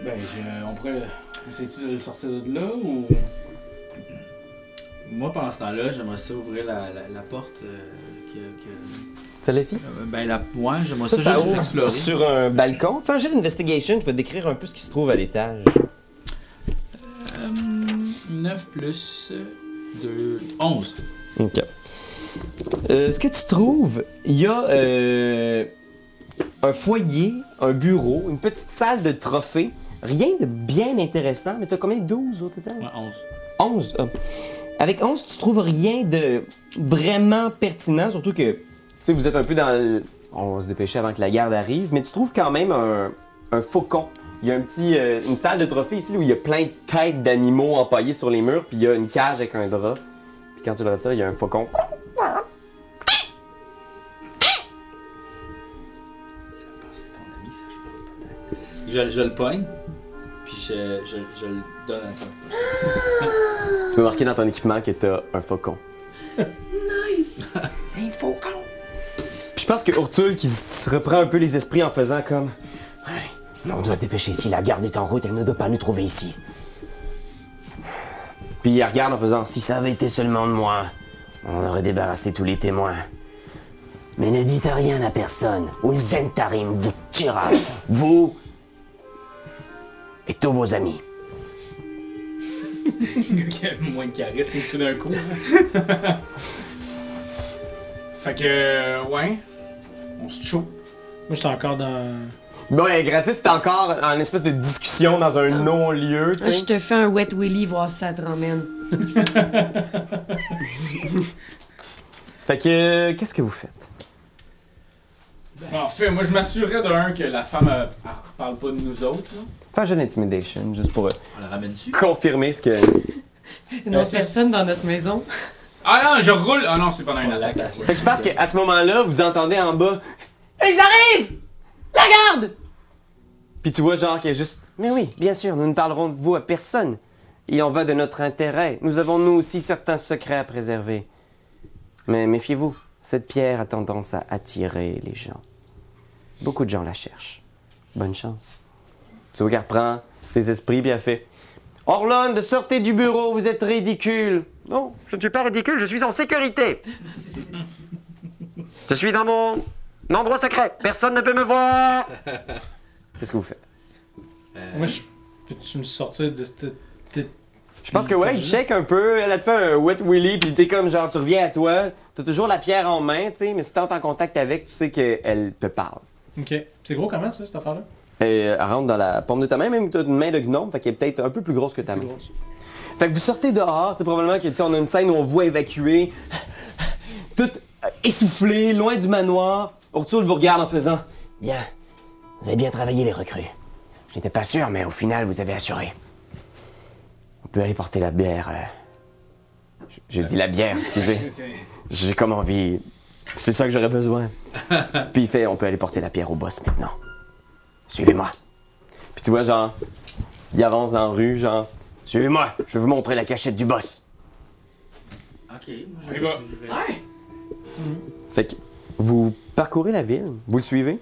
Speaker 5: Ben, je- on pourrait. Essayes-tu de le sortir de là ou.
Speaker 2: Moi, pendant ce temps-là, j'aimerais ça ouvrir la, la, la porte euh, que, que-
Speaker 1: Celle-ci
Speaker 2: Euh, Ben, la... ouais, j'aimerais ça,
Speaker 1: Ça, ça
Speaker 2: juste
Speaker 1: ouvre
Speaker 2: explorer.
Speaker 1: sur un balcon. Fais un jeu d'investigation, je vais te décrire un peu ce qui se trouve à l'étage.
Speaker 2: 9 Hum, plus 2... 11.
Speaker 1: Ok. Euh, ce que tu trouves, il y a euh, un foyer, un bureau, une petite salle de trophées. Rien de bien intéressant, mais t'as combien 12 au total?
Speaker 2: Ouais, 11.
Speaker 1: 11. ah. Avec 11, tu trouves rien de vraiment pertinent, surtout que, tu sais, vous êtes un peu dans le... On va se dépêcher avant que la garde arrive, mais tu trouves quand même un, un faucon. Il y a un petit, euh, une salle de trophée ici où il y a plein de têtes d'animaux empaillées sur les murs, puis il y a une cage avec un drap. Puis quand tu le retires, il y a un faucon.
Speaker 2: C'est ton ami, ça, je pense, peut-être. Je, je le pogne, puis je, je, je le donne à toi.
Speaker 1: Tu peux marquer dans ton équipement que t'as un faucon. nice! un faucon! Puis je pense que Urtul qui se reprend un peu les esprits en faisant comme...
Speaker 4: Non, on doit se dépêcher. Si la garde est en route, elle ne doit pas nous trouver ici.
Speaker 1: Puis il regarde en faisant...
Speaker 4: Si ça avait été seulement de moi, on aurait débarrassé tous les témoins. Mais ne dites rien à personne, ou le Zentarim vous tuera, vous et tous vos amis.
Speaker 5: Qui a moins de charisme tout d'un coup. fait que, euh, ouais. On se chauffe.
Speaker 3: Moi, j'étais encore dans.
Speaker 1: Bon, et gratis, c'est encore en espèce de discussion dans un non-lieu. tu sais.
Speaker 6: Ah. Je te fais un wet willy, voir si ça te ramène.
Speaker 1: Fait que, euh, qu'est-ce que vous faites?
Speaker 5: En fait, moi, je m'assurais d'un que la femme euh, elle parle pas de nous autres. là.
Speaker 1: Fais un jeu d'intimidation, juste pour euh,
Speaker 2: On la ramène dessus.
Speaker 1: confirmer ce que.
Speaker 6: Une
Speaker 5: Euh,
Speaker 6: autre
Speaker 5: ça,
Speaker 6: personne
Speaker 5: c'est-
Speaker 6: dans notre maison.
Speaker 5: Ah non, je roule. Ah non, c'est pendant une attaque.
Speaker 1: Fait que je pense qu'à ce moment-là, vous entendez en bas.
Speaker 6: Ils arrivent! La garde!
Speaker 1: Puis tu vois, genre, qu'il y a juste. Mais oui, bien sûr, nous ne parlerons de vous à personne. Il en va de notre intérêt. Nous avons nous aussi certains secrets à préserver. Mais méfiez-vous, cette pierre a tendance à attirer les gens. Beaucoup de gens la cherchent. Bonne chance. Tu vois qu'elle reprend ses esprits, bien fait. Orlande, sortez du bureau, vous êtes ridicule. Non, je ne suis pas ridicule, je suis en sécurité. je suis dans mon endroit secret. Personne ne peut me voir. Qu'est-ce que vous faites? Euh,
Speaker 3: Moi, je. Peux-tu me sortir de cette. cette-
Speaker 1: Je pense que ouais, il check un peu, elle a te fait un wet willy, puis t'es comme genre, tu reviens à toi, t'as toujours la pierre en main, tu sais, mais si t'es en contact avec, tu sais qu'elle te parle.
Speaker 3: Ok. C'est gros comment, ça, cette affaire-là
Speaker 1: Et elle rentre dans la paume de ta main, même t'as une main de gnome, fait qu'elle est peut-être un peu plus grosse que ta main.
Speaker 3: grosse.
Speaker 1: Fait que vous sortez dehors, tu sais, probablement que, tu sais, on a une scène où on voit évacuer, tout essoufflé, loin du manoir. Urtul vous regarde en faisant,
Speaker 4: Bien, vous avez bien travaillé les recrues. Je n'étais pas sûr, mais au final, vous avez assuré. On peut aller porter la bière. euh. Je, je dis la bière, excusez. J'ai comme envie.
Speaker 1: c'est ça que j'aurais besoin.
Speaker 4: Puis il fait, on peut aller porter la pierre au boss maintenant. Suivez-moi.
Speaker 1: Puis tu vois, genre, il avance dans la rue, genre,
Speaker 4: Suivez-moi, je vais vous montrer la cachette du boss.
Speaker 2: Ok, moi
Speaker 5: On y va.
Speaker 1: fait que vous parcourez la ville, vous le suivez,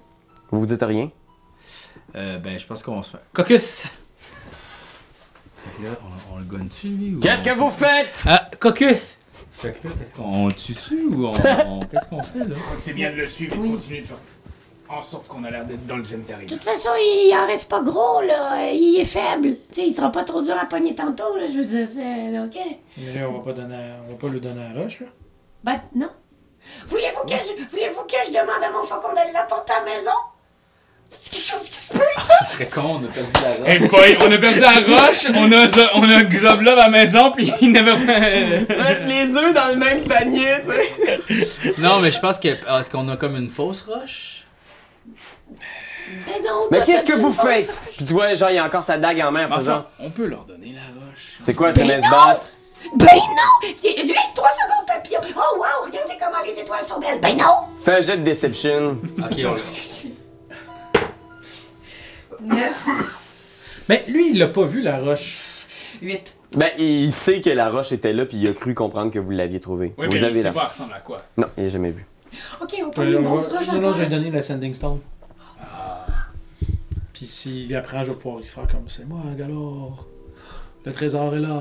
Speaker 1: vous vous dites rien.
Speaker 2: Euh, ben, je pense qu'on se fait. Caucus! Fait que là, on, on le gonne dessus, lui? ou on-
Speaker 1: vous faites?
Speaker 2: Ah, Caucus! Fait que là, qu'est-ce qu'on on le tue dessus ou on. on- Qu'est-ce qu'on fait, là?
Speaker 5: C'est bien de le suivre et de continuer de faire. en sorte qu'on a l'air d'être dans le
Speaker 7: De
Speaker 5: cimetière.
Speaker 7: toute façon, il en reste pas gros, là. Il est faible. Tu sais, il sera pas trop dur à pogner tantôt, là. Je veux dire, c'est OK.
Speaker 3: Mais là, on va pas donner, on va pas lui donner à Roche, là.
Speaker 7: Bah, non. Voulez-vous que je, voulez-vous que je demande à mon faucon de l'apporter à la maison? C'est quelque chose qui se peut, ça?
Speaker 6: Ah,
Speaker 2: Ça serait con, on a perdu la roche.
Speaker 5: Hey Eh, boy, on a perdu la roche, on a, Zo- on a Xoblob à la maison, puis il n'avait pas.
Speaker 1: Mettre les œufs dans le même panier, tu sais.
Speaker 2: Non, mais je pense que. ah, Est-ce qu'on a comme une fausse roche?
Speaker 7: Ben non,
Speaker 1: Mais
Speaker 7: toi,
Speaker 1: qu'est-ce
Speaker 7: t'as
Speaker 1: que
Speaker 7: du
Speaker 1: vous
Speaker 7: bon
Speaker 1: faites?
Speaker 7: sens.
Speaker 1: Puis tu vois, genre, il a encore sa dague en main en faisant.
Speaker 5: Enfin, on peut leur donner la roche.
Speaker 1: C'est quoi, c'est
Speaker 7: Mais
Speaker 1: messe
Speaker 7: non!
Speaker 1: basse?
Speaker 7: Ben non! Il y a- il y a trois secondes, papillon! Oh, wow! Regardez comment les étoiles sont belles! Ben non!
Speaker 1: Fais un jet de deception.
Speaker 2: Ok, on l'a.
Speaker 6: Neuf,
Speaker 3: Mais lui, il l'a pas vu, la roche.
Speaker 6: huit.
Speaker 1: Ben, il sait que la roche était là, puis il a cru comprendre que vous l'aviez trouvée.
Speaker 5: Oui, mais
Speaker 1: vous
Speaker 5: je
Speaker 1: avez
Speaker 5: sais
Speaker 1: la.
Speaker 5: pas, elle ressemble à quoi.
Speaker 1: Non, il l'a jamais vu.
Speaker 6: Ok, on prend
Speaker 3: Non,
Speaker 6: une
Speaker 3: non,
Speaker 6: grosse roche à
Speaker 3: j'ai
Speaker 6: part.
Speaker 3: donné le Sending Stone. Ah. Puis s'il apprend, je vais pouvoir lui faire comme c'est moi, Galore. Le trésor est là.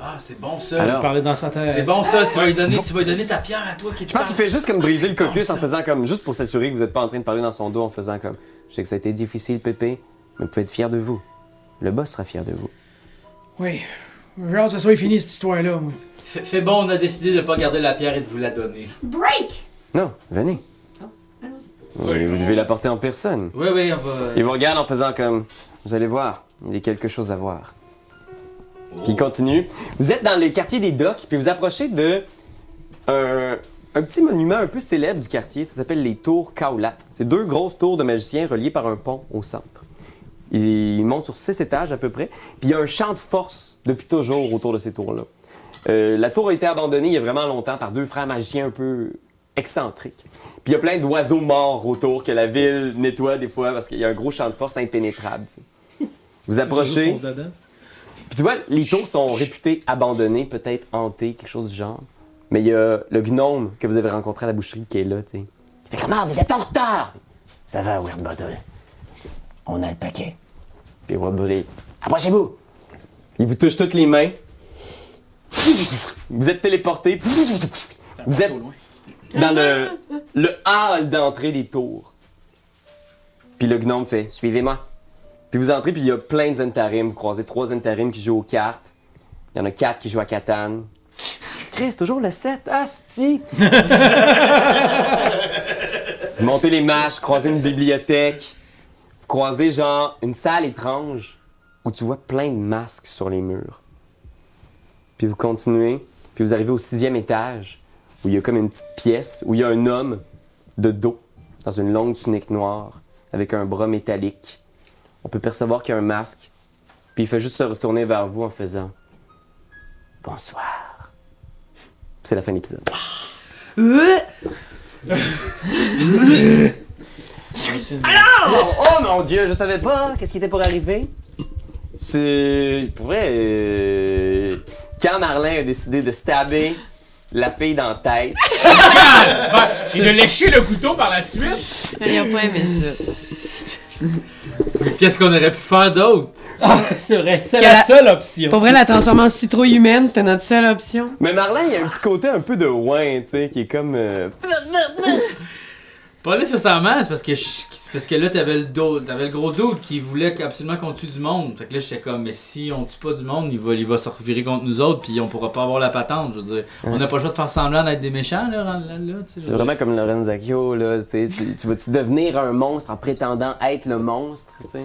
Speaker 2: Ah, c'est bon
Speaker 1: Alors?
Speaker 2: ça.
Speaker 3: Il parlait dans sa tête.
Speaker 2: C'est bon ça, tu vas lui donner, tu vas lui donner ta pierre à toi qui te
Speaker 1: Je pense qu'il fait juste comme briser le
Speaker 2: c'est
Speaker 1: caucus
Speaker 2: con,
Speaker 1: en
Speaker 2: ça.
Speaker 1: faisant comme. Juste pour s'assurer que vous n'êtes pas en train de parler dans son dos en faisant comme. Je sais que ça a été difficile, Pépé, mais vous pouvez être fier de vous. Le boss sera fier de vous.
Speaker 3: Oui. J'ai hâte que ça soit fini, cette histoire-là, moi.
Speaker 2: Fait fait bon, on a décidé de pas garder la pierre et de vous la donner.
Speaker 7: Break!
Speaker 1: Non, venez. Oui, vous devez l'apporter en personne.
Speaker 2: Oui, oui, on va.
Speaker 1: Il vous regarde en faisant comme. Vous allez voir, il y a quelque chose à voir. Puis il continue. Vous êtes dans le quartier des docks, puis vous approchez de. Un, un petit monument un peu célèbre du quartier. Ça s'appelle les Tours Kaolat. C'est deux grosses tours de magiciens reliées par un pont au centre. Il monte sur six étages à peu près, puis il y a un champ de force depuis toujours autour de ces tours-là. Euh, la tour a été abandonnée il y a vraiment longtemps par deux frères magiciens un peu excentriques. Puis il y a plein d'oiseaux morts autour que la ville nettoie des fois parce qu'il y a un gros champ de force impénétrable. tu sais. Vous approchez.
Speaker 3: dedans.
Speaker 1: Puis tu vois, les tours sont réputés abandonnés, peut-être hantés, quelque chose du genre. Mais il y a le gnome que vous avez rencontré à la boucherie qui est là, tu sais.
Speaker 4: Fait comment vous êtes en retard? Ça va, Weird Bottle. On a le paquet.
Speaker 1: Puis Roi Brûlé,
Speaker 4: Approchez-vous.
Speaker 1: il vous touche toutes les mains. Vous êtes téléporté. Vous êtes
Speaker 5: Trop loin.
Speaker 1: dans le, le hall d'entrée des tours. Puis le gnome fait Suivez-moi. Puis vous entrez, puis il y a plein de Zentarim. Vous croisez trois Zentarim qui jouent aux cartes. Il y en a quatre qui jouent à Catan. Chris, toujours le 7. Asti Vous montez les marches, vous croisez une bibliothèque. Vous croisez, genre, une salle étrange où tu vois plein de masques sur les murs. Puis vous continuez, puis vous arrivez au sixième étage où il y a comme une petite pièce où il y a un homme de dos dans une longue tunique noire avec un bras métallique. On peut percevoir qu'il y a un masque, puis il fait juste se retourner vers vous en faisant Bonsoir. Puis C'est la fin de l'épisode. Alors Oh mon dieu, je savais pas qu'est-ce qui était pour arriver. C'est. Pour vrai. euh, Quand Marlin a décidé de stabber la fille dans la tête,
Speaker 5: Il a léché le couteau par la suite.
Speaker 6: Il a pas aimé ça.
Speaker 2: Qu'est-ce qu'on aurait pu faire d'autre?
Speaker 3: C'est vrai, c'est
Speaker 6: Que
Speaker 3: la
Speaker 6: la-
Speaker 3: seule option.
Speaker 6: Pour vrai, la transformation en citrouille humaine, c'était notre seule option.
Speaker 1: Mais Marlin, il y a un petit côté un peu de ouin, tu sais, qui est comme. euh,
Speaker 2: Pas nécessairement, c'est parce que je- c'est parce que là t'avais le dos, t'avais le gros doute qui voulait absolument qu'on tue du monde. Fait que là j'étais comme mais si on tue pas du monde, il va, il va se revirer contre nous autres puis on pourra pas avoir la patente. Je veux dire, on n'a pas le choix de faire semblant d'être des méchants là, là, là, là, tu sais, je
Speaker 1: C'est
Speaker 2: veux dire.
Speaker 1: vraiment comme Lorenzacchio, là, tu sais. Tu, tu vas-tu devenir un monstre en prétendant être le monstre, tu sais?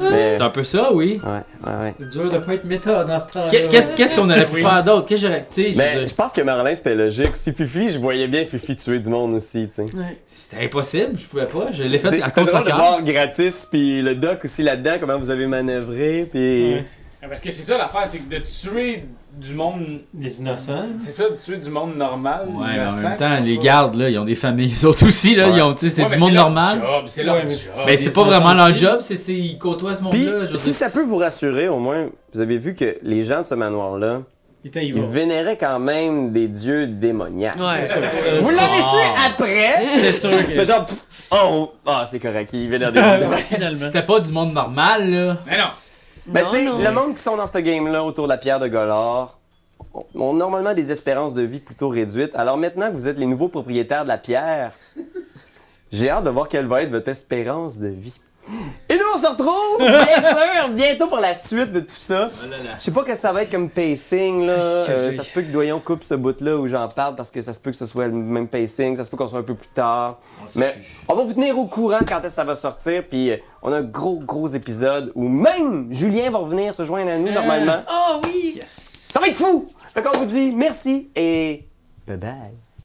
Speaker 1: Mais-
Speaker 2: Euh, C'est un peu ça, oui.
Speaker 1: Ouais, ouais, ouais.
Speaker 3: C'est dur de pas être méta dans ce temps-là.
Speaker 2: Qu'est- Qu'est-ce qu'est-ce qu'on aurait pu faire d'autre? Qu'est-ce que j'aurais, tu sais, je veux
Speaker 1: Mais
Speaker 2: dire,
Speaker 1: je pense que Marlin, c'était logique. Si Fifi, je voyais bien Fifi tuer du monde aussi, tu sais.
Speaker 2: c'était impossible, je pouvais pas, je l'ai
Speaker 1: C'est-
Speaker 2: fait à
Speaker 1: C'était
Speaker 2: cause de
Speaker 1: drôle de
Speaker 2: cœur.
Speaker 1: voir gratis, puis le doc aussi là-dedans, comment vous avez manœuvré, puis...
Speaker 3: Ouais.
Speaker 5: Ah, Parce que c'est ça l'affaire, c'est que de tuer du monde.
Speaker 3: Des innocents.
Speaker 5: C'est ça, de tuer du monde normal.
Speaker 2: Ouais, mais en
Speaker 5: innocent,
Speaker 2: même
Speaker 5: qui
Speaker 2: temps,
Speaker 5: sont
Speaker 2: les
Speaker 5: pas-
Speaker 2: gardes là, ils ont des familles, ils autres aussi là,
Speaker 1: Ouais.
Speaker 2: ils ont, tu sais, c'est
Speaker 5: Ouais,
Speaker 2: du
Speaker 5: mais
Speaker 2: monde
Speaker 5: leur
Speaker 2: normal.
Speaker 5: job, C'est leur
Speaker 3: Ouais, mais-
Speaker 5: job.
Speaker 2: Mais c'est pas vraiment leur
Speaker 3: Des
Speaker 2: job, c'est c'est- ils côtoient ce
Speaker 1: Puis,
Speaker 2: monde-là. je veux
Speaker 1: si
Speaker 2: dire,
Speaker 1: ça peut vous rassurer, au moins, vous avez vu que les gens de ce manoir-là,
Speaker 3: Il hein. était
Speaker 1: ils
Speaker 3: evil.
Speaker 1: vénéraient quand même des dieux démoniaques.
Speaker 3: C'est
Speaker 6: Ouais.
Speaker 3: sûr, ça,
Speaker 1: Vous l'avez
Speaker 2: Ah.
Speaker 1: su après?
Speaker 3: C'est sûr
Speaker 1: Mais
Speaker 3: que.
Speaker 1: genre, pff, oh, ah, c'est correct, il vénère des dieux.
Speaker 3: Finalement.
Speaker 2: C'était pas du monde normal, là.
Speaker 5: Mais non,
Speaker 1: Mais
Speaker 6: Non,
Speaker 1: Ben, tu sais,
Speaker 6: non.
Speaker 1: le monde qui sont dans ce game-là autour de la pierre de Golor ont- ont normalement des espérances de vie plutôt réduites. Alors maintenant que vous êtes les nouveaux propriétaires de la pierre, J'ai hâte de voir quelle va être votre espérance de vie. Et nous, on se retrouve, bien sûr, bientôt pour la suite de tout ça.
Speaker 2: Oh là là.
Speaker 1: Je sais pas que ça va être comme pacing, là.
Speaker 2: Aïe,
Speaker 1: Euh,
Speaker 2: aïe.
Speaker 1: ça se peut que Doyon coupe ce bout-là où j'en parle parce que ça se peut que ce soit le même pacing, ça se peut qu'on soit un peu plus tard.
Speaker 2: On le sait
Speaker 1: Mais
Speaker 2: plus.
Speaker 1: on va vous tenir au courant quand est-ce que ça va sortir. Puis euh, on a un gros, gros épisode où même Julien va revenir se joindre à nous normalement.
Speaker 6: Oh oui!
Speaker 1: Ça va être fou! Fait qu'on vous dit merci et bye bye.